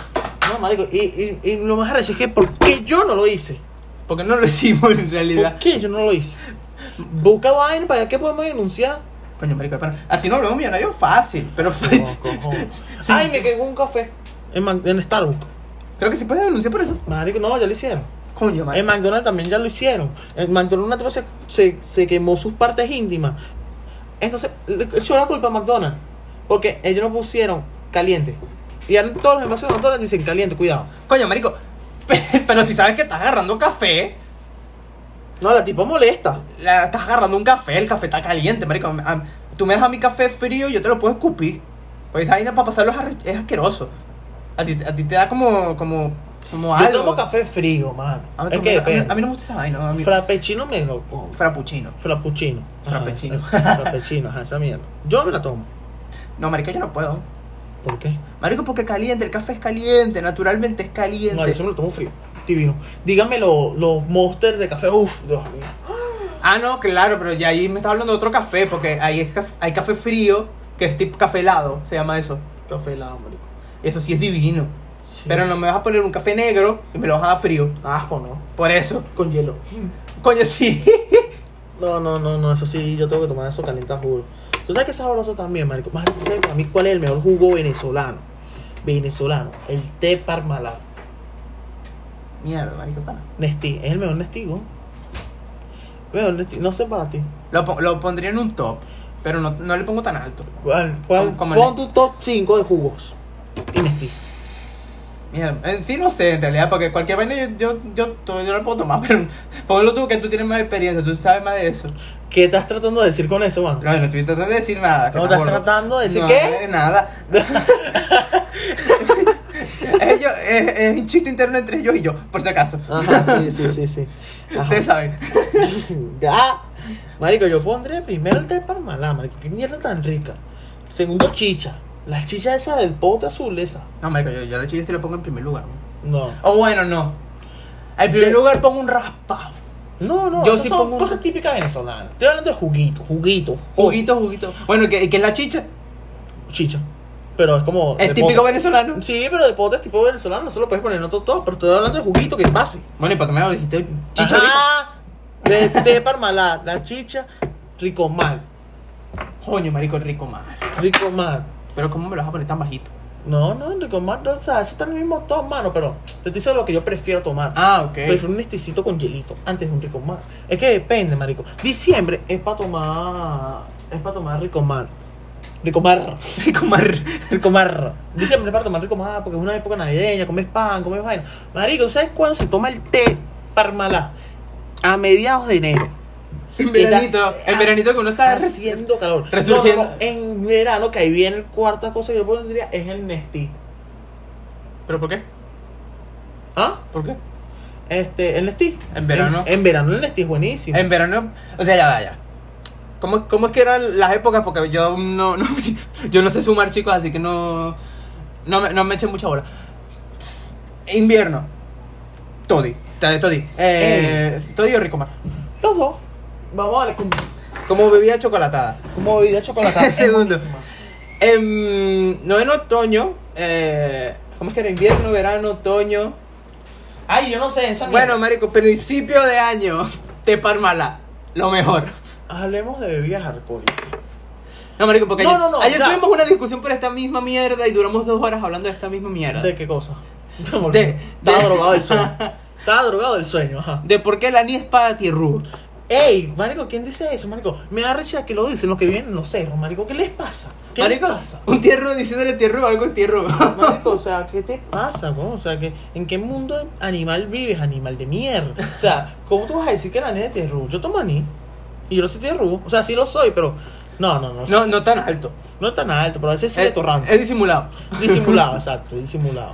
[SPEAKER 1] No, marico, y, y, y lo más raro es que ¿por qué yo no lo hice?
[SPEAKER 2] Porque no lo hicimos en realidad.
[SPEAKER 1] ¿Por qué yo no lo hice? Busca vaina para qué podemos denunciar.
[SPEAKER 2] Coño, marico, para. Así no hablamos millonario fácil, pero fue. Sí.
[SPEAKER 1] Ay, me quedó un café. En, Man- en Starbucks.
[SPEAKER 2] Creo que se puede denunciar por eso.
[SPEAKER 1] Marico, no, ya lo hicieron.
[SPEAKER 2] Coño,
[SPEAKER 1] En McDonald's también ya lo hicieron. En McDonald's una tipa se, se, se quemó sus partes íntimas. Entonces, le echó la culpa a McDonald's. Porque ellos lo pusieron caliente. Y ahora todos los envases de McDonald's dicen caliente, cuidado.
[SPEAKER 2] Coño, marico. Pero si sabes que estás agarrando café,
[SPEAKER 1] No, la tipa molesta.
[SPEAKER 2] la, estás agarrando un café, el café está caliente, marico. Am- tú me das a mi café frío y yo te lo puedo escupir. Pues esa vaina para pasarlo es, arre- es asqueroso. A ti, a ti te da como, como, como
[SPEAKER 1] Yo
[SPEAKER 2] algo.
[SPEAKER 1] tomo café frío, mano.
[SPEAKER 2] A mí,
[SPEAKER 1] es que
[SPEAKER 2] a mí-
[SPEAKER 1] depende.
[SPEAKER 2] a mí no me gusta esa vaina. A mí,
[SPEAKER 1] Frappuccino me lo como.
[SPEAKER 2] frappuccino.
[SPEAKER 1] Frappuccino. Ajá,
[SPEAKER 2] Frappuccino.
[SPEAKER 1] esa- Frappuccino, ajá, esa mierda. Yo me la tomo.
[SPEAKER 2] No, marico, yo no puedo.
[SPEAKER 1] ¿Por qué?
[SPEAKER 2] Marico, porque caliente, el café es caliente, naturalmente es caliente.
[SPEAKER 1] No, yo se me lo tomo frío. Divino. Dígame lo- los monsters de café. Uf, Dios mío.
[SPEAKER 2] Ah, no, claro, pero ya ahí me estaba hablando de otro café, porque ahí es caf- hay café frío, que es tipo café helado, se llama eso.
[SPEAKER 1] Café helado, marico.
[SPEAKER 2] Eso sí es divino.
[SPEAKER 1] Sí.
[SPEAKER 2] Pero no me vas a poner un café negro y me lo vas a dar frío.
[SPEAKER 1] Asco, ¿no?
[SPEAKER 2] Por eso.
[SPEAKER 1] Con hielo.
[SPEAKER 2] Coño, sí.
[SPEAKER 1] No, no, no, no. Eso sí, yo tengo que tomar eso caliente, juro. ¿Tú sabes que es sabroso también, marico? Más ¿sabes para mí cuál es el mejor jugo venezolano? Venezolano. El té parmalao.
[SPEAKER 2] Mierda, marico, pana.
[SPEAKER 1] Nestí. Es el mejor Nestí, ¿no? Mejor Nestí. No sé para ti.
[SPEAKER 2] Lo, po- lo pondría en un top. Pero no, no le pongo tan alto.
[SPEAKER 1] ¿Cuál? ¿Cuál?
[SPEAKER 2] Como- como
[SPEAKER 1] Pon
[SPEAKER 2] el-
[SPEAKER 1] tu top 5 de jugos. Inesti.
[SPEAKER 2] Mira, en sí no sé, en realidad, porque cualquier vaina yo, yo, yo, yo, yo la puedo tomar, pero ponlo tú que tú tienes más experiencia, tú sabes más de eso.
[SPEAKER 1] ¿Qué estás tratando de decir con eso, man?
[SPEAKER 2] No, no estoy tratando de decir nada. que
[SPEAKER 1] No
[SPEAKER 2] estás
[SPEAKER 1] estás
[SPEAKER 2] gordo.
[SPEAKER 1] tratando de decir
[SPEAKER 2] No,
[SPEAKER 1] qué?
[SPEAKER 2] eh, nada. es, yo- es- es un chiste interno entre ellos y yo, por si acaso.
[SPEAKER 1] Ajá, sí, sí, sí, sí. Ajá.
[SPEAKER 2] Ustedes saben.
[SPEAKER 1] Ya. Marico, yo pondré primero el de Parmalá, marico. Qué mierda tan rica. Segundo, chicha. La chicha esa del pote azul, esa.
[SPEAKER 2] No, marico, yo, yo la chiste la pongo en primer lugar. ¿no?
[SPEAKER 1] No.
[SPEAKER 2] O Oh, bueno, no. En primer
[SPEAKER 1] De-
[SPEAKER 2] lugar pongo un raspado.
[SPEAKER 1] No, no,
[SPEAKER 2] Yo
[SPEAKER 1] esas
[SPEAKER 2] sí
[SPEAKER 1] son
[SPEAKER 2] pongo un-
[SPEAKER 1] cosas típicas venezolanas. Estoy hablando de juguito, juguito.
[SPEAKER 2] Juguito, juguito. Bueno, ¿qué, qué es la chicha?
[SPEAKER 1] Chicha. Pero es como.
[SPEAKER 2] Es
[SPEAKER 1] de
[SPEAKER 2] típico
[SPEAKER 1] pote.
[SPEAKER 2] venezolano.
[SPEAKER 1] Sí, pero de pote es tipo venezolano, no se lo puedes poner en otro top, pero estoy hablando de juguito que es base.
[SPEAKER 2] Bueno, ¿y para qué me lo dijiste? Chicha. ahorita?
[SPEAKER 1] Ajá. De, de Parmalá, la chicha, rico mal.
[SPEAKER 2] Coño, marico, rico mal.
[SPEAKER 1] Rico mal.
[SPEAKER 2] Pero ¿cómo me lo vas a poner tan bajito?
[SPEAKER 1] No, no, Enrico Mar, o sea, eso está en el mismo top, mano, pero te estoy diciendo lo que yo prefiero tomar.
[SPEAKER 2] Ah, ok.
[SPEAKER 1] Prefiero un esticito con hielito antes de un rico mar. Es que depende, marico. Diciembre es para tomar. Es para tomar rico mar. Rico mar.
[SPEAKER 2] Rico mal.
[SPEAKER 1] Rico mar. Diciembre es para tomar rico mar porque es una época navideña, comes pan, comes vaina. Marico, ¿sabes cuándo se toma el té parmalá? A mediados de enero.
[SPEAKER 2] En
[SPEAKER 1] Que está
[SPEAKER 2] veranito.
[SPEAKER 1] haci-
[SPEAKER 2] En veranito que uno está
[SPEAKER 1] haciendo calor.
[SPEAKER 2] resurgiendo.
[SPEAKER 1] No, no, no, en verano, que ahí viene la cuarta cosa que yo pondría, es el Nestí.
[SPEAKER 2] ¿Pero por qué?
[SPEAKER 1] ¿Ah?
[SPEAKER 2] ¿Por qué?
[SPEAKER 1] Este, el Nestí.
[SPEAKER 2] En verano.
[SPEAKER 1] En, en verano el Nestí es buenísimo.
[SPEAKER 2] En verano, o sea, ya va, ya. ¿Cómo, ¿Cómo es que eran las épocas? Porque yo aún no, no, yo no sé sumar, chicos, así que no, no, me- no me echen mucha bola. Invierno, Toddy, ta- Toddy, eh, Toddy o Ricomar.
[SPEAKER 1] Los dos. Vamos a ver como,
[SPEAKER 2] Como bebida chocolatada.
[SPEAKER 1] como bebida chocolatada. es
[SPEAKER 2] Segundo.
[SPEAKER 1] buenísima.
[SPEAKER 2] Em, no en otoño, eh, ¿cómo es que era? Invierno, verano, otoño.
[SPEAKER 1] Ay, yo no sé, esa mierda.
[SPEAKER 2] Bueno, marico, principio de año, te parmala, lo mejor.
[SPEAKER 1] hablemos de bebidas alcohólicas.
[SPEAKER 2] No, marico, porque
[SPEAKER 1] No,
[SPEAKER 2] ayer,
[SPEAKER 1] no, no,
[SPEAKER 2] ayer
[SPEAKER 1] ya.
[SPEAKER 2] tuvimos una discusión por esta misma mierda y duramos dos horas hablando de esta misma mierda.
[SPEAKER 1] ¿De qué cosa? Estaba
[SPEAKER 2] De- de-
[SPEAKER 1] drogado del sueño. Estaba drogado del sueño, ajá.
[SPEAKER 2] De por qué la ni es para tierru.
[SPEAKER 1] Ey, marico, ¿quién dice eso, marico? Me da recha que lo dicen los que vienen en los cerros, marico. ¿Qué les pasa? ¿Qué
[SPEAKER 2] Marico,
[SPEAKER 1] les pasa?
[SPEAKER 2] un tierru diciéndole tierru algo es tierru.
[SPEAKER 1] Marico, o sea, ¿qué te pasa, weón? O sea, que ¿en qué mundo animal vives, animal de mierda? O sea, ¿cómo tú vas a decir que la nena te rubo? Yo tomo aní y yo no soy te rubo. O sea, sí lo soy, pero no, no, no. No,
[SPEAKER 2] No, Eh, no tan alto.
[SPEAKER 1] es tan alto, pero a veces sí de
[SPEAKER 2] es,
[SPEAKER 1] torrante.
[SPEAKER 2] es disimulado.
[SPEAKER 1] Disimulado, exacto, disimulado.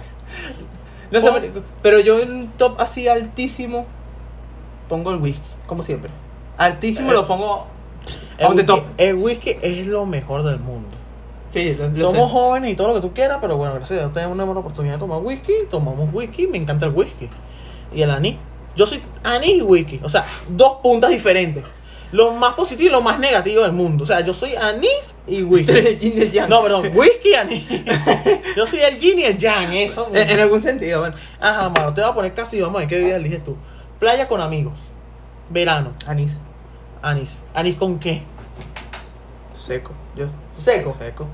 [SPEAKER 2] No sé,
[SPEAKER 1] Oh.
[SPEAKER 2] marico, pero yo en un top así altísimo pongo el whisky, como siempre. Altísimo
[SPEAKER 1] Eh.
[SPEAKER 2] lo pongo.
[SPEAKER 1] El
[SPEAKER 2] On the
[SPEAKER 1] whisky,
[SPEAKER 2] top.
[SPEAKER 1] el whisky es lo mejor del mundo.
[SPEAKER 2] Sí, lo- lo
[SPEAKER 1] Somos
[SPEAKER 2] sé.
[SPEAKER 1] jóvenes y todo lo que tú quieras, pero bueno, gracias a Dios tenemos una buena oportunidad de tomar whisky. Tomamos whisky, me encanta el whisky. Y el anís. Yo soy anís y whisky. O sea, dos puntas diferentes. Lo más positivo y lo más negativo del mundo. O sea, yo soy anís y
[SPEAKER 2] Tres
[SPEAKER 1] whisky.
[SPEAKER 2] el yin y el yang.
[SPEAKER 1] No, perdón, whisky y anís. Yo soy el gin y el yang, eso.
[SPEAKER 2] En, en algún sentido, bueno.
[SPEAKER 1] Ajá, mano, te voy a poner caso y vamos a ver qué bebida eliges tú. Playa con amigos. Verano,
[SPEAKER 2] Anís.
[SPEAKER 1] anís. ¿Anís con qué?
[SPEAKER 2] Seco. Yo.
[SPEAKER 1] Seco.
[SPEAKER 2] Seco.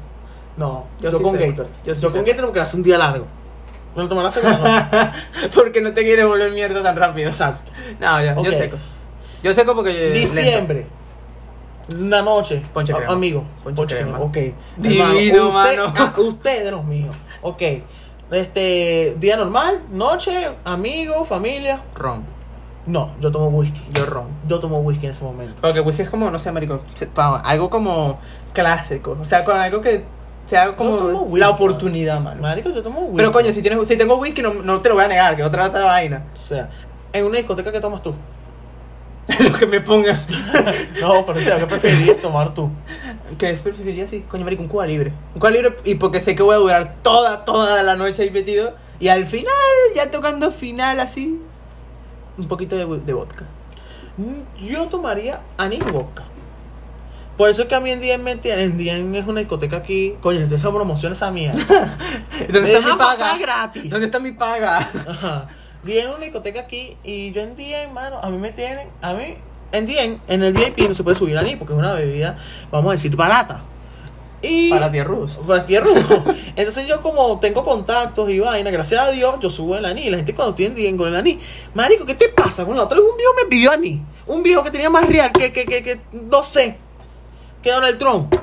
[SPEAKER 1] No, yo,
[SPEAKER 2] Yo sí
[SPEAKER 1] con
[SPEAKER 2] sé.
[SPEAKER 1] Gator. Yo,
[SPEAKER 2] Yo sí sé.
[SPEAKER 1] con Gator porque hace un día largo. Me lo tomarás segunda noche.
[SPEAKER 2] Porque no te quieres volver mierda tan rápido.
[SPEAKER 1] Exacto.
[SPEAKER 2] No, ya, yo
[SPEAKER 1] Ok.
[SPEAKER 2] seco. Yo seco porque. eh, lento.
[SPEAKER 1] Diciembre. Una noche.
[SPEAKER 2] Ponche
[SPEAKER 1] a-
[SPEAKER 2] crema.
[SPEAKER 1] Amigo.
[SPEAKER 2] Ponche crema.
[SPEAKER 1] Ok.
[SPEAKER 2] Divino,
[SPEAKER 1] Hermano,
[SPEAKER 2] mano.
[SPEAKER 1] ah, usted de los míos. Ok. Este, día normal, noche, amigo, familia.
[SPEAKER 2] Ron.
[SPEAKER 1] No, yo tomo whisky.
[SPEAKER 2] Yo ron.
[SPEAKER 1] Yo tomo whisky en ese momento.
[SPEAKER 2] Porque whisky es como, no sé, marico, se- pa- algo como clásico. O sea, con algo que sea como
[SPEAKER 1] No tomo whisky,
[SPEAKER 2] la oportunidad, mano.
[SPEAKER 1] Marico, yo tomo whisky.
[SPEAKER 2] Pero coño, si, tienes, si tengo whisky, no, no te lo voy a negar, que es otra, otra vaina.
[SPEAKER 1] O sea, en una discoteca, ¿qué tomas tú?
[SPEAKER 2] lo que me pongan.
[SPEAKER 1] No, pero o sea, ¿qué preferirías tomar tú?
[SPEAKER 2] que es preferiría así, coño, marico, un cuba libre. Un cuba libre, y porque sé que voy a durar toda, toda la noche ahí metido. Y al final, ya tocando final así, un poquito de, de vodka.
[SPEAKER 1] Mm, Yo tomaría anís y vodka. Por eso es que a mí en Dien, me tie- en Dien es una discoteca aquí. Coño, entonces esa promoción esa mierda. Me
[SPEAKER 2] ¿Dónde está mi
[SPEAKER 1] dejan pasar
[SPEAKER 2] paga?
[SPEAKER 1] gratis.
[SPEAKER 2] ¿Dónde está mi paga?
[SPEAKER 1] Ajá. Dien es una discoteca aquí y yo en Dien, mano, a mí me tienen, a mí en Dien, en el VIP no se puede subir anís porque es una bebida, vamos a decir, barata. Y
[SPEAKER 2] Para tía Rus.
[SPEAKER 1] para ti es rudo. Entonces yo como tengo contactos y vaina, gracias a Dios, yo subo el anís. La gente cuando tiene Dien con el anís, marico, ¿qué te pasa? Con la otra vez un viejo me pidió anís. Un viejo que tenía más real que, que, que, que no sé. que Donald Trump.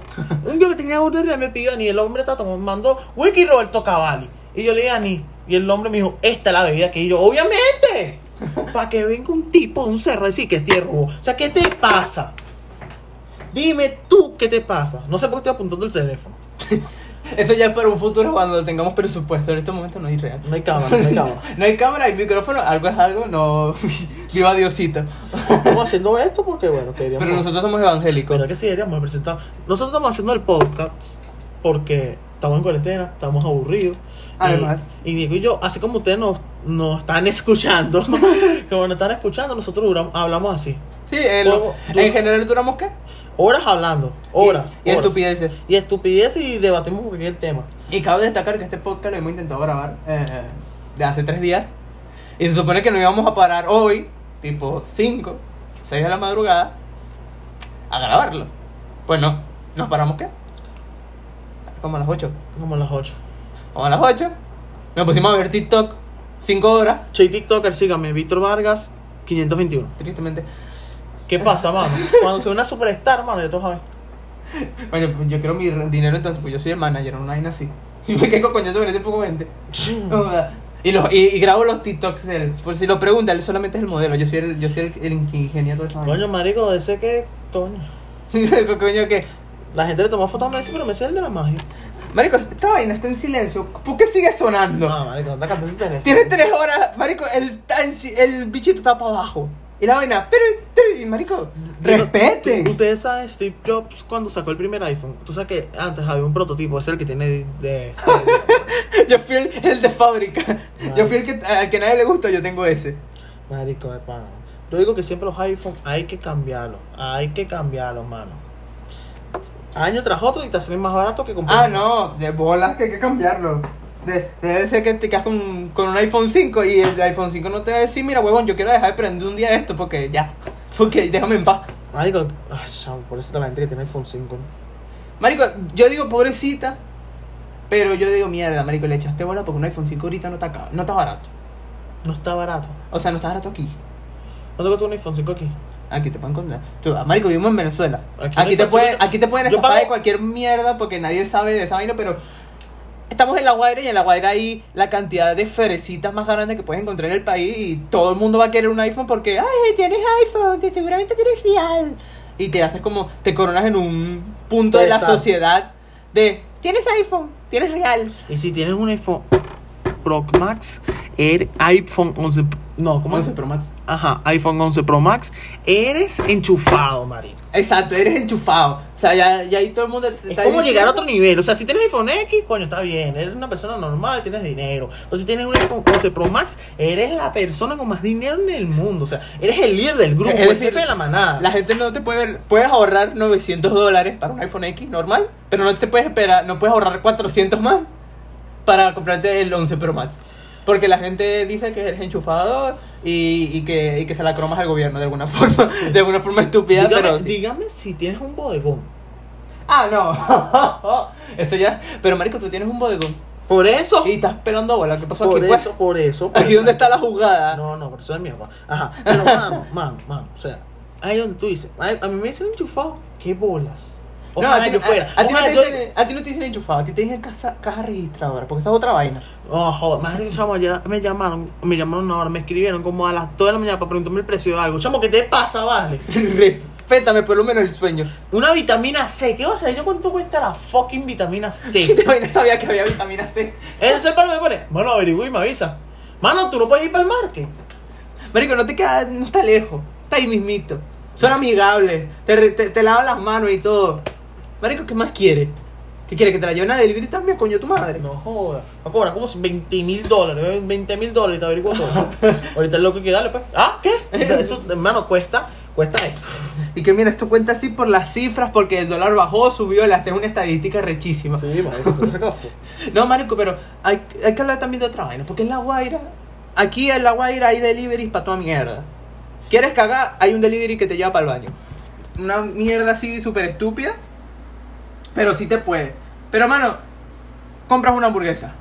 [SPEAKER 1] Un día que tenía un real me pidió a Ani, el hombre está tomando whisky Roberto Cavalli. Y yo le dije a Ani, y el hombre me dijo, esta es la bebida que y yo, obviamente, para que venga un tipo de un cerro a decir que es tierra. O sea, ¿qué te pasa? Dime tú qué te pasa. No sé por qué estoy apuntando el teléfono.
[SPEAKER 2] Eso ya es para un futuro cuando tengamos presupuesto. En este momento no es real.
[SPEAKER 1] No hay cámara, no hay cámara.
[SPEAKER 2] No hay cámara, hay micrófono, algo es algo, no. Viva Diosito.
[SPEAKER 1] Estamos haciendo esto porque, bueno, queríamos.
[SPEAKER 2] Pero nosotros somos evangélicos.
[SPEAKER 1] ¿Verdad que sí deberíamos presentar? Nosotros estamos haciendo el podcast porque estamos en cuarentena, estamos aburridos.
[SPEAKER 2] Además.
[SPEAKER 1] Y, y Nico y yo, así como ustedes nos, nos están escuchando, como nos están escuchando, nosotros duramos- hablamos así.
[SPEAKER 2] Sí, en,
[SPEAKER 1] Luego, tú-
[SPEAKER 2] en general duramos qué?
[SPEAKER 1] Horas hablando, horas.
[SPEAKER 2] Y, y
[SPEAKER 1] horas.
[SPEAKER 2] estupideces.
[SPEAKER 1] Y estupidez y debatimos cualquier tema.
[SPEAKER 2] Y cabe destacar que este podcast lo hemos intentado grabar eh, de hace tres días. Y se supone que nos íbamos a parar hoy, tipo 5, 6 de la madrugada, a grabarlo. Pues no, ¿nos paramos qué? Como a las 8.
[SPEAKER 1] Como a las 8.
[SPEAKER 2] Como a las 8. Nos pusimos a ver TikTok 5 horas,
[SPEAKER 1] Soy TikToker, sígame, Víctor Vargas, 521.
[SPEAKER 2] tristemente.
[SPEAKER 1] ¿Qué pasa, mano? Cuando soy una superstar, mano, ya tú sabes.
[SPEAKER 2] Bueno, pues yo quiero mi re- dinero entonces, pues yo soy el manager, una vaina así. Si me quedo coñazo con ese poco de gente.
[SPEAKER 1] Mm.
[SPEAKER 2] No joda. Y, los, y, y grabo los TikToks de él. Por si lo pregunta, él solamente es el modelo. Yo soy el, yo soy el, el ingeniero de esa vaina.
[SPEAKER 1] Coño, marico, de ese que. Coño.
[SPEAKER 2] Digo, coño, que.
[SPEAKER 1] La gente le tomó fotos a Messi, pero Messi es el de la magia.
[SPEAKER 2] Marico, esta vaina está en silencio. ¿Por qué sigue sonando?
[SPEAKER 1] No, marico, no te cambies el teléfono.
[SPEAKER 2] Tiene tres horas. Marico, el, está en si- el bichito está para abajo. Y la vaina. Pero, pero y marico,
[SPEAKER 1] Pero,
[SPEAKER 2] respete.
[SPEAKER 1] tú- Ustedes saben, Steve Jobs cuando sacó el primer iPhone, tú sabes que antes había un prototipo, es el que tiene de... de-
[SPEAKER 2] Yo fui el, el de fábrica.
[SPEAKER 1] Vale.
[SPEAKER 2] Yo fui el que, al que nadie le gusta. Yo tengo ese.
[SPEAKER 1] Marico de pana. Yo digo que siempre los iPhones hay que cambiarlos, hay que cambiarlos, mano. Año tras otro y te salen más barato que comprar.
[SPEAKER 2] Ah, no, de bolas que hay que cambiarlo. De- debe ser que te quedas con, con un iPhone 5 y el iPhone 5 no te va a decir, mira, huevón, yo quiero dejar de prender un día esto porque ya, porque déjame en paz.
[SPEAKER 1] Marico, ay, chamo, por eso está la gente que tiene iPhone 5. ¿no?
[SPEAKER 2] Marico, yo digo pobrecita, pero yo digo mierda, Marico, le echaste bola porque un iPhone 5 ahorita no está, acá- no está barato.
[SPEAKER 1] No está barato.
[SPEAKER 2] O sea, no está barato aquí.
[SPEAKER 1] ¿Cuánto cuesta un iPhone 5 aquí?
[SPEAKER 2] Aquí te pueden condenar. Tú, Marico, vivimos en Venezuela.
[SPEAKER 1] Aquí
[SPEAKER 2] Aquí,
[SPEAKER 1] en
[SPEAKER 2] te,
[SPEAKER 1] Venezuela-
[SPEAKER 2] pueden, aquí te pueden
[SPEAKER 1] Yo
[SPEAKER 2] estafar
[SPEAKER 1] pago-
[SPEAKER 2] de cualquier mierda porque nadie sabe de esa vaina, pero estamos en La Guaira y en La Guaira hay la cantidad de ferecitas más grandes que puedes encontrar en el país y todo el mundo va a querer un iPhone porque, ay, tienes iPhone, te- seguramente tienes real. Y te haces como, te coronas en un punto de la
[SPEAKER 1] Total.
[SPEAKER 2] sociedad de, tienes iPhone, tienes real.
[SPEAKER 1] Y si tienes un iPhone Pro Max, el iPhone 11... Pro- No, ¿cómo
[SPEAKER 2] ¿Cómo
[SPEAKER 1] es?
[SPEAKER 2] se Pro Max?
[SPEAKER 1] Ajá, iPhone 11 Pro Max, eres enchufado, marico.
[SPEAKER 2] Exacto, eres enchufado. O sea, ya, ya ahí todo el mundo te
[SPEAKER 1] Es
[SPEAKER 2] está
[SPEAKER 1] como llegar a
[SPEAKER 2] diciendo-
[SPEAKER 1] otro nivel. O sea, si tienes iPhone X, coño, está bien. Eres una persona normal, tienes dinero. O si tienes un iPhone 11 Pro Max, eres la persona con más dinero en el mundo. O sea, eres el líder del grupo,
[SPEAKER 2] Es
[SPEAKER 1] el
[SPEAKER 2] decir,
[SPEAKER 1] jefe de la manada.
[SPEAKER 2] La gente no te puede ver. Puedes ahorrar 900 dólares para un iPhone X normal, pero no te puedes esperar, no puedes ahorrar 400 más para comprarte el 11 Pro Max. Porque la gente dice que eres enchufado y, y que, y que se la cromas al gobierno de alguna forma, de alguna forma estúpida,
[SPEAKER 1] dígame,
[SPEAKER 2] pero. sí.
[SPEAKER 1] dígame si tienes un bodegón.
[SPEAKER 2] Ah, no. eso ya. Pero, Marico, tú tienes un bodegón
[SPEAKER 1] Por eso,
[SPEAKER 2] y estás esperando bola. ¿Qué pasó
[SPEAKER 1] por
[SPEAKER 2] aquí?
[SPEAKER 1] eso,
[SPEAKER 2] pues?
[SPEAKER 1] por eso. por
[SPEAKER 2] aquí
[SPEAKER 1] eso.
[SPEAKER 2] donde está la jugada.
[SPEAKER 1] No, no, por eso es mi papá. Ajá. Pero, mano, mano, mano. O sea, ahí donde tú dices, ay, a mí me dicen enchufado, qué bolas. Ojalá
[SPEAKER 2] no, a ti,
[SPEAKER 1] yo
[SPEAKER 2] no-
[SPEAKER 1] fuera.
[SPEAKER 2] A, a ti no
[SPEAKER 1] Ojalá
[SPEAKER 2] te
[SPEAKER 1] yo-
[SPEAKER 2] dicen, a ti no te dicen enchufado, a ti te dicen casa- caja registradora, porque esta es otra vaina.
[SPEAKER 1] Oh, joder, madre, chamo, ayer me llamaron, me llamaron ahora, me escribieron como a las 2 de la mañana para preguntarme el precio de algo. Chamo, ¿qué te pasa, vale?
[SPEAKER 2] Respétame por lo menos el sueño.
[SPEAKER 1] Una vitamina C, ¿qué vas a saber yo cuánto cuesta la fucking vitamina
[SPEAKER 2] Y
[SPEAKER 1] C?
[SPEAKER 2] de vaina sabía que había vitamina C.
[SPEAKER 1] Ese palo me pone, bueno, averigüe y me avisa. Mano, tú no puedes ir para el market.
[SPEAKER 2] Marico, no te queda, no está lejos. Está ahí mismito. Son amigables. Te, re- te, te lavan las manos y todo. Marico, ¿qué más quiere? ¿Qué quiere? ¿Que te la lleven a delivery también, coño, tu madre?
[SPEAKER 1] No joda, va a cobrar como 20 mil dólares, 20 mil dólares, te averiguo todo. Ahorita es loco que dale, pues. ¿Ah? ¿Qué? Eso, hermano, cuesta, cuesta esto.
[SPEAKER 2] Y que mira, esto cuenta así por las cifras, porque el dólar bajó, subió, le haces una estadística rechísima.
[SPEAKER 1] Sí, marico,
[SPEAKER 2] No, Marico, pero hay, hay que hablar también de otra vaina, porque en La Guaira, aquí en La Guaira hay deliveries para toda mierda. ¿Quieres cagar? Hay un delivery que te lleva para el baño. Una mierda así súper estúpida, pero sí te puede. Pero, mano, compras una hamburguesa.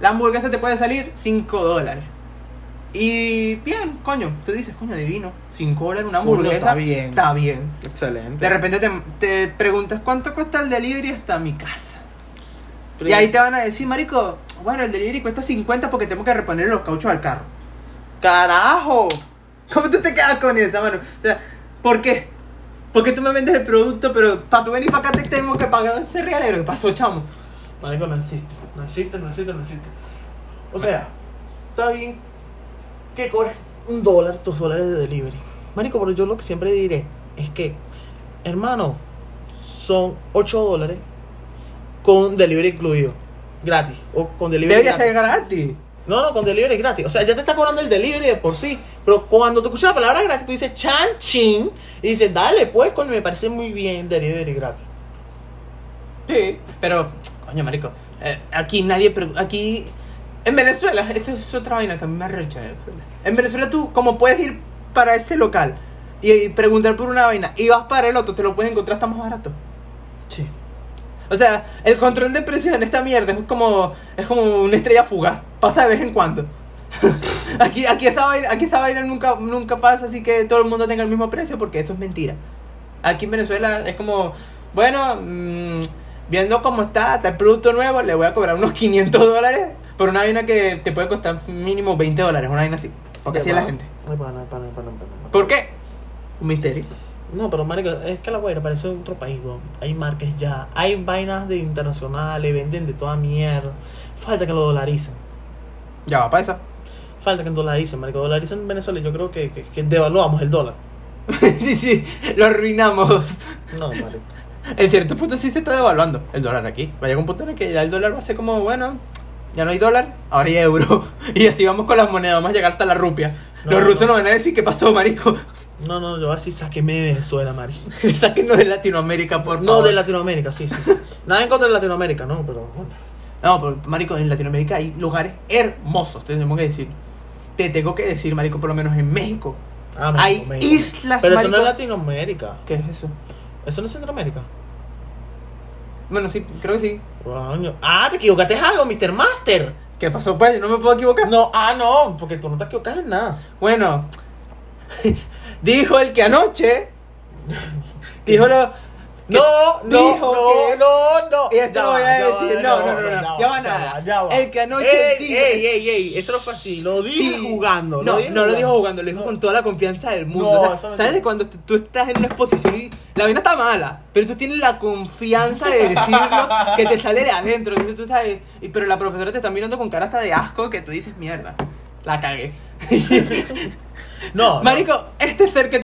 [SPEAKER 2] La hamburguesa te puede salir 5 dólares. Y bien, coño, tú dices, coño, divino. 5 dólares una
[SPEAKER 3] Coño,
[SPEAKER 2] hamburguesa.
[SPEAKER 3] está bien.
[SPEAKER 2] Está bien.
[SPEAKER 3] Excelente.
[SPEAKER 2] De repente te, te preguntas cuánto cuesta el delivery hasta mi casa.
[SPEAKER 1] Pero-
[SPEAKER 2] Y ahí te van a decir, marico, bueno, el delivery cuesta 50 porque tengo que reponer los cauchos al carro. ¡Carajo! ¿Cómo tú te quedas con esa, mano? O sea, ¿por qué? ¿Por qué tú me vendes el producto, pero para tú venir para acá te tengo que pagar ese realero? ¿Qué pasó, chamo?
[SPEAKER 1] Marico, no existe. No existe, no existe, no existe. O sea, está bien que cobres un dólar, dos dólares de delivery. Marico, pero yo lo que siempre diré es que, hermano, son 8 dólares con delivery incluido. Gratis. O con delivery
[SPEAKER 2] Debería
[SPEAKER 1] gratis.
[SPEAKER 2] ser gratis.
[SPEAKER 1] No, no, con delivery gratis. O sea, ya te está cobrando el delivery de por sí. Pero cuando tú escuchas la palabra gratis, tú dices chan chin. Y dices, dale, pues, coño, me parece muy bien delivery gratis.
[SPEAKER 2] Sí, pero, coño, marico, eh, aquí nadie, pregu- aquí, en Venezuela, esta es otra vaina que a mí me arrecha de Venezuela. En Venezuela tú, como puedes ir para ese local y, y preguntar por una vaina y vas para el otro, te lo puedes encontrar hasta más barato.
[SPEAKER 1] Sí.
[SPEAKER 2] O sea, el control de precios en esta mierda es como, es como una estrella fugaz, pasa de vez en cuando. aquí, aquí esta vaina, aquí esta vaina nunca, nunca pasa así que todo el mundo tenga el mismo precio porque eso es mentira. Aquí en Venezuela es como, bueno, mm, viendo cómo está, está el producto nuevo, le voy a cobrar unos 500 dólares por una vaina que te puede costar mínimo 20 dólares, una vaina así. Porque así es la gente.
[SPEAKER 1] Ay, pana, pana, pana, pana.
[SPEAKER 2] ¿Por qué? Un misterio.
[SPEAKER 1] No, pero marico, es que la guaira parece otro país, weón. Hay marques ya, hay vainas de internacionales, venden de toda mierda. Falta que lo dolaricen.
[SPEAKER 2] Ya va para esa.
[SPEAKER 1] Falta que dolaricen, marico. Dolaricen Venezuela, y yo creo que, que, que devaluamos el dólar.
[SPEAKER 2] sí, sí, lo arruinamos.
[SPEAKER 1] No, marico.
[SPEAKER 2] En cierto punto sí se está devaluando el dólar aquí. Va a llegar un punto en el que ya el dólar va a ser como, bueno, ya no hay dólar, ahora hay euro. Y así vamos con las monedas, vamos a llegar hasta la rupia.
[SPEAKER 1] No,
[SPEAKER 2] Los
[SPEAKER 1] no.
[SPEAKER 2] rusos nos van a decir qué pasó, marico.
[SPEAKER 1] No, no, yo así saqueme de Venezuela, marico.
[SPEAKER 2] Sáquenos de Latinoamérica, por
[SPEAKER 1] No,
[SPEAKER 2] favor.
[SPEAKER 1] de Latinoamérica, sí, sí. sí. Nada en contra de Latinoamérica, no, pero bueno.
[SPEAKER 2] No, pero, marico, en Latinoamérica hay lugares hermosos, tenemos que decir. Te tengo que decir, marico, por lo menos en México.
[SPEAKER 1] Ah,
[SPEAKER 2] Hay islas,
[SPEAKER 1] Pero eso no es
[SPEAKER 2] marico.
[SPEAKER 1] Latinoamérica.
[SPEAKER 2] ¿Qué es eso?
[SPEAKER 1] Eso no es Centroamérica.
[SPEAKER 2] Bueno, sí, creo que sí.
[SPEAKER 1] Coño. Ah, te equivocaste en algo, Mr. Master.
[SPEAKER 2] ¿Qué pasó, pues? No me puedo equivocar.
[SPEAKER 1] No, ah, no, porque tú no te equivocas en nada.
[SPEAKER 2] Bueno, dijo el que anoche. Dijo lo.
[SPEAKER 1] No,
[SPEAKER 2] que
[SPEAKER 1] no, no,
[SPEAKER 2] dijo que-
[SPEAKER 1] no, no.
[SPEAKER 2] Y esto
[SPEAKER 1] Ya
[SPEAKER 2] lo voy
[SPEAKER 1] va,
[SPEAKER 2] a
[SPEAKER 1] ya va,
[SPEAKER 2] decir.
[SPEAKER 1] ya
[SPEAKER 2] No,
[SPEAKER 1] va,
[SPEAKER 2] no, no, no.
[SPEAKER 1] va,
[SPEAKER 2] Ya va
[SPEAKER 1] va,
[SPEAKER 2] nada.
[SPEAKER 1] ya va.
[SPEAKER 2] El que anoche
[SPEAKER 1] Ey,
[SPEAKER 2] dijo-
[SPEAKER 1] Ey, ey, ey, eso no fue así. Lo dije
[SPEAKER 2] Sí.
[SPEAKER 1] jugando.
[SPEAKER 2] No,
[SPEAKER 1] dije
[SPEAKER 2] no lo dijo
[SPEAKER 1] jugando.
[SPEAKER 2] jugando, lo dijo con toda la confianza del mundo.
[SPEAKER 1] No,
[SPEAKER 2] O sea,
[SPEAKER 1] eso no
[SPEAKER 2] ¿Sabes
[SPEAKER 1] tiene-
[SPEAKER 2] de cuando t- tú estás en una exposición y la vaina está mala? Pero tú tienes la confianza de decirlo que te sale de adentro. Entonces tú sabes, y- pero la profesora te está mirando con cara hasta de asco que tú dices mierda. La cagué.
[SPEAKER 1] No, no.
[SPEAKER 2] Marico, este ser que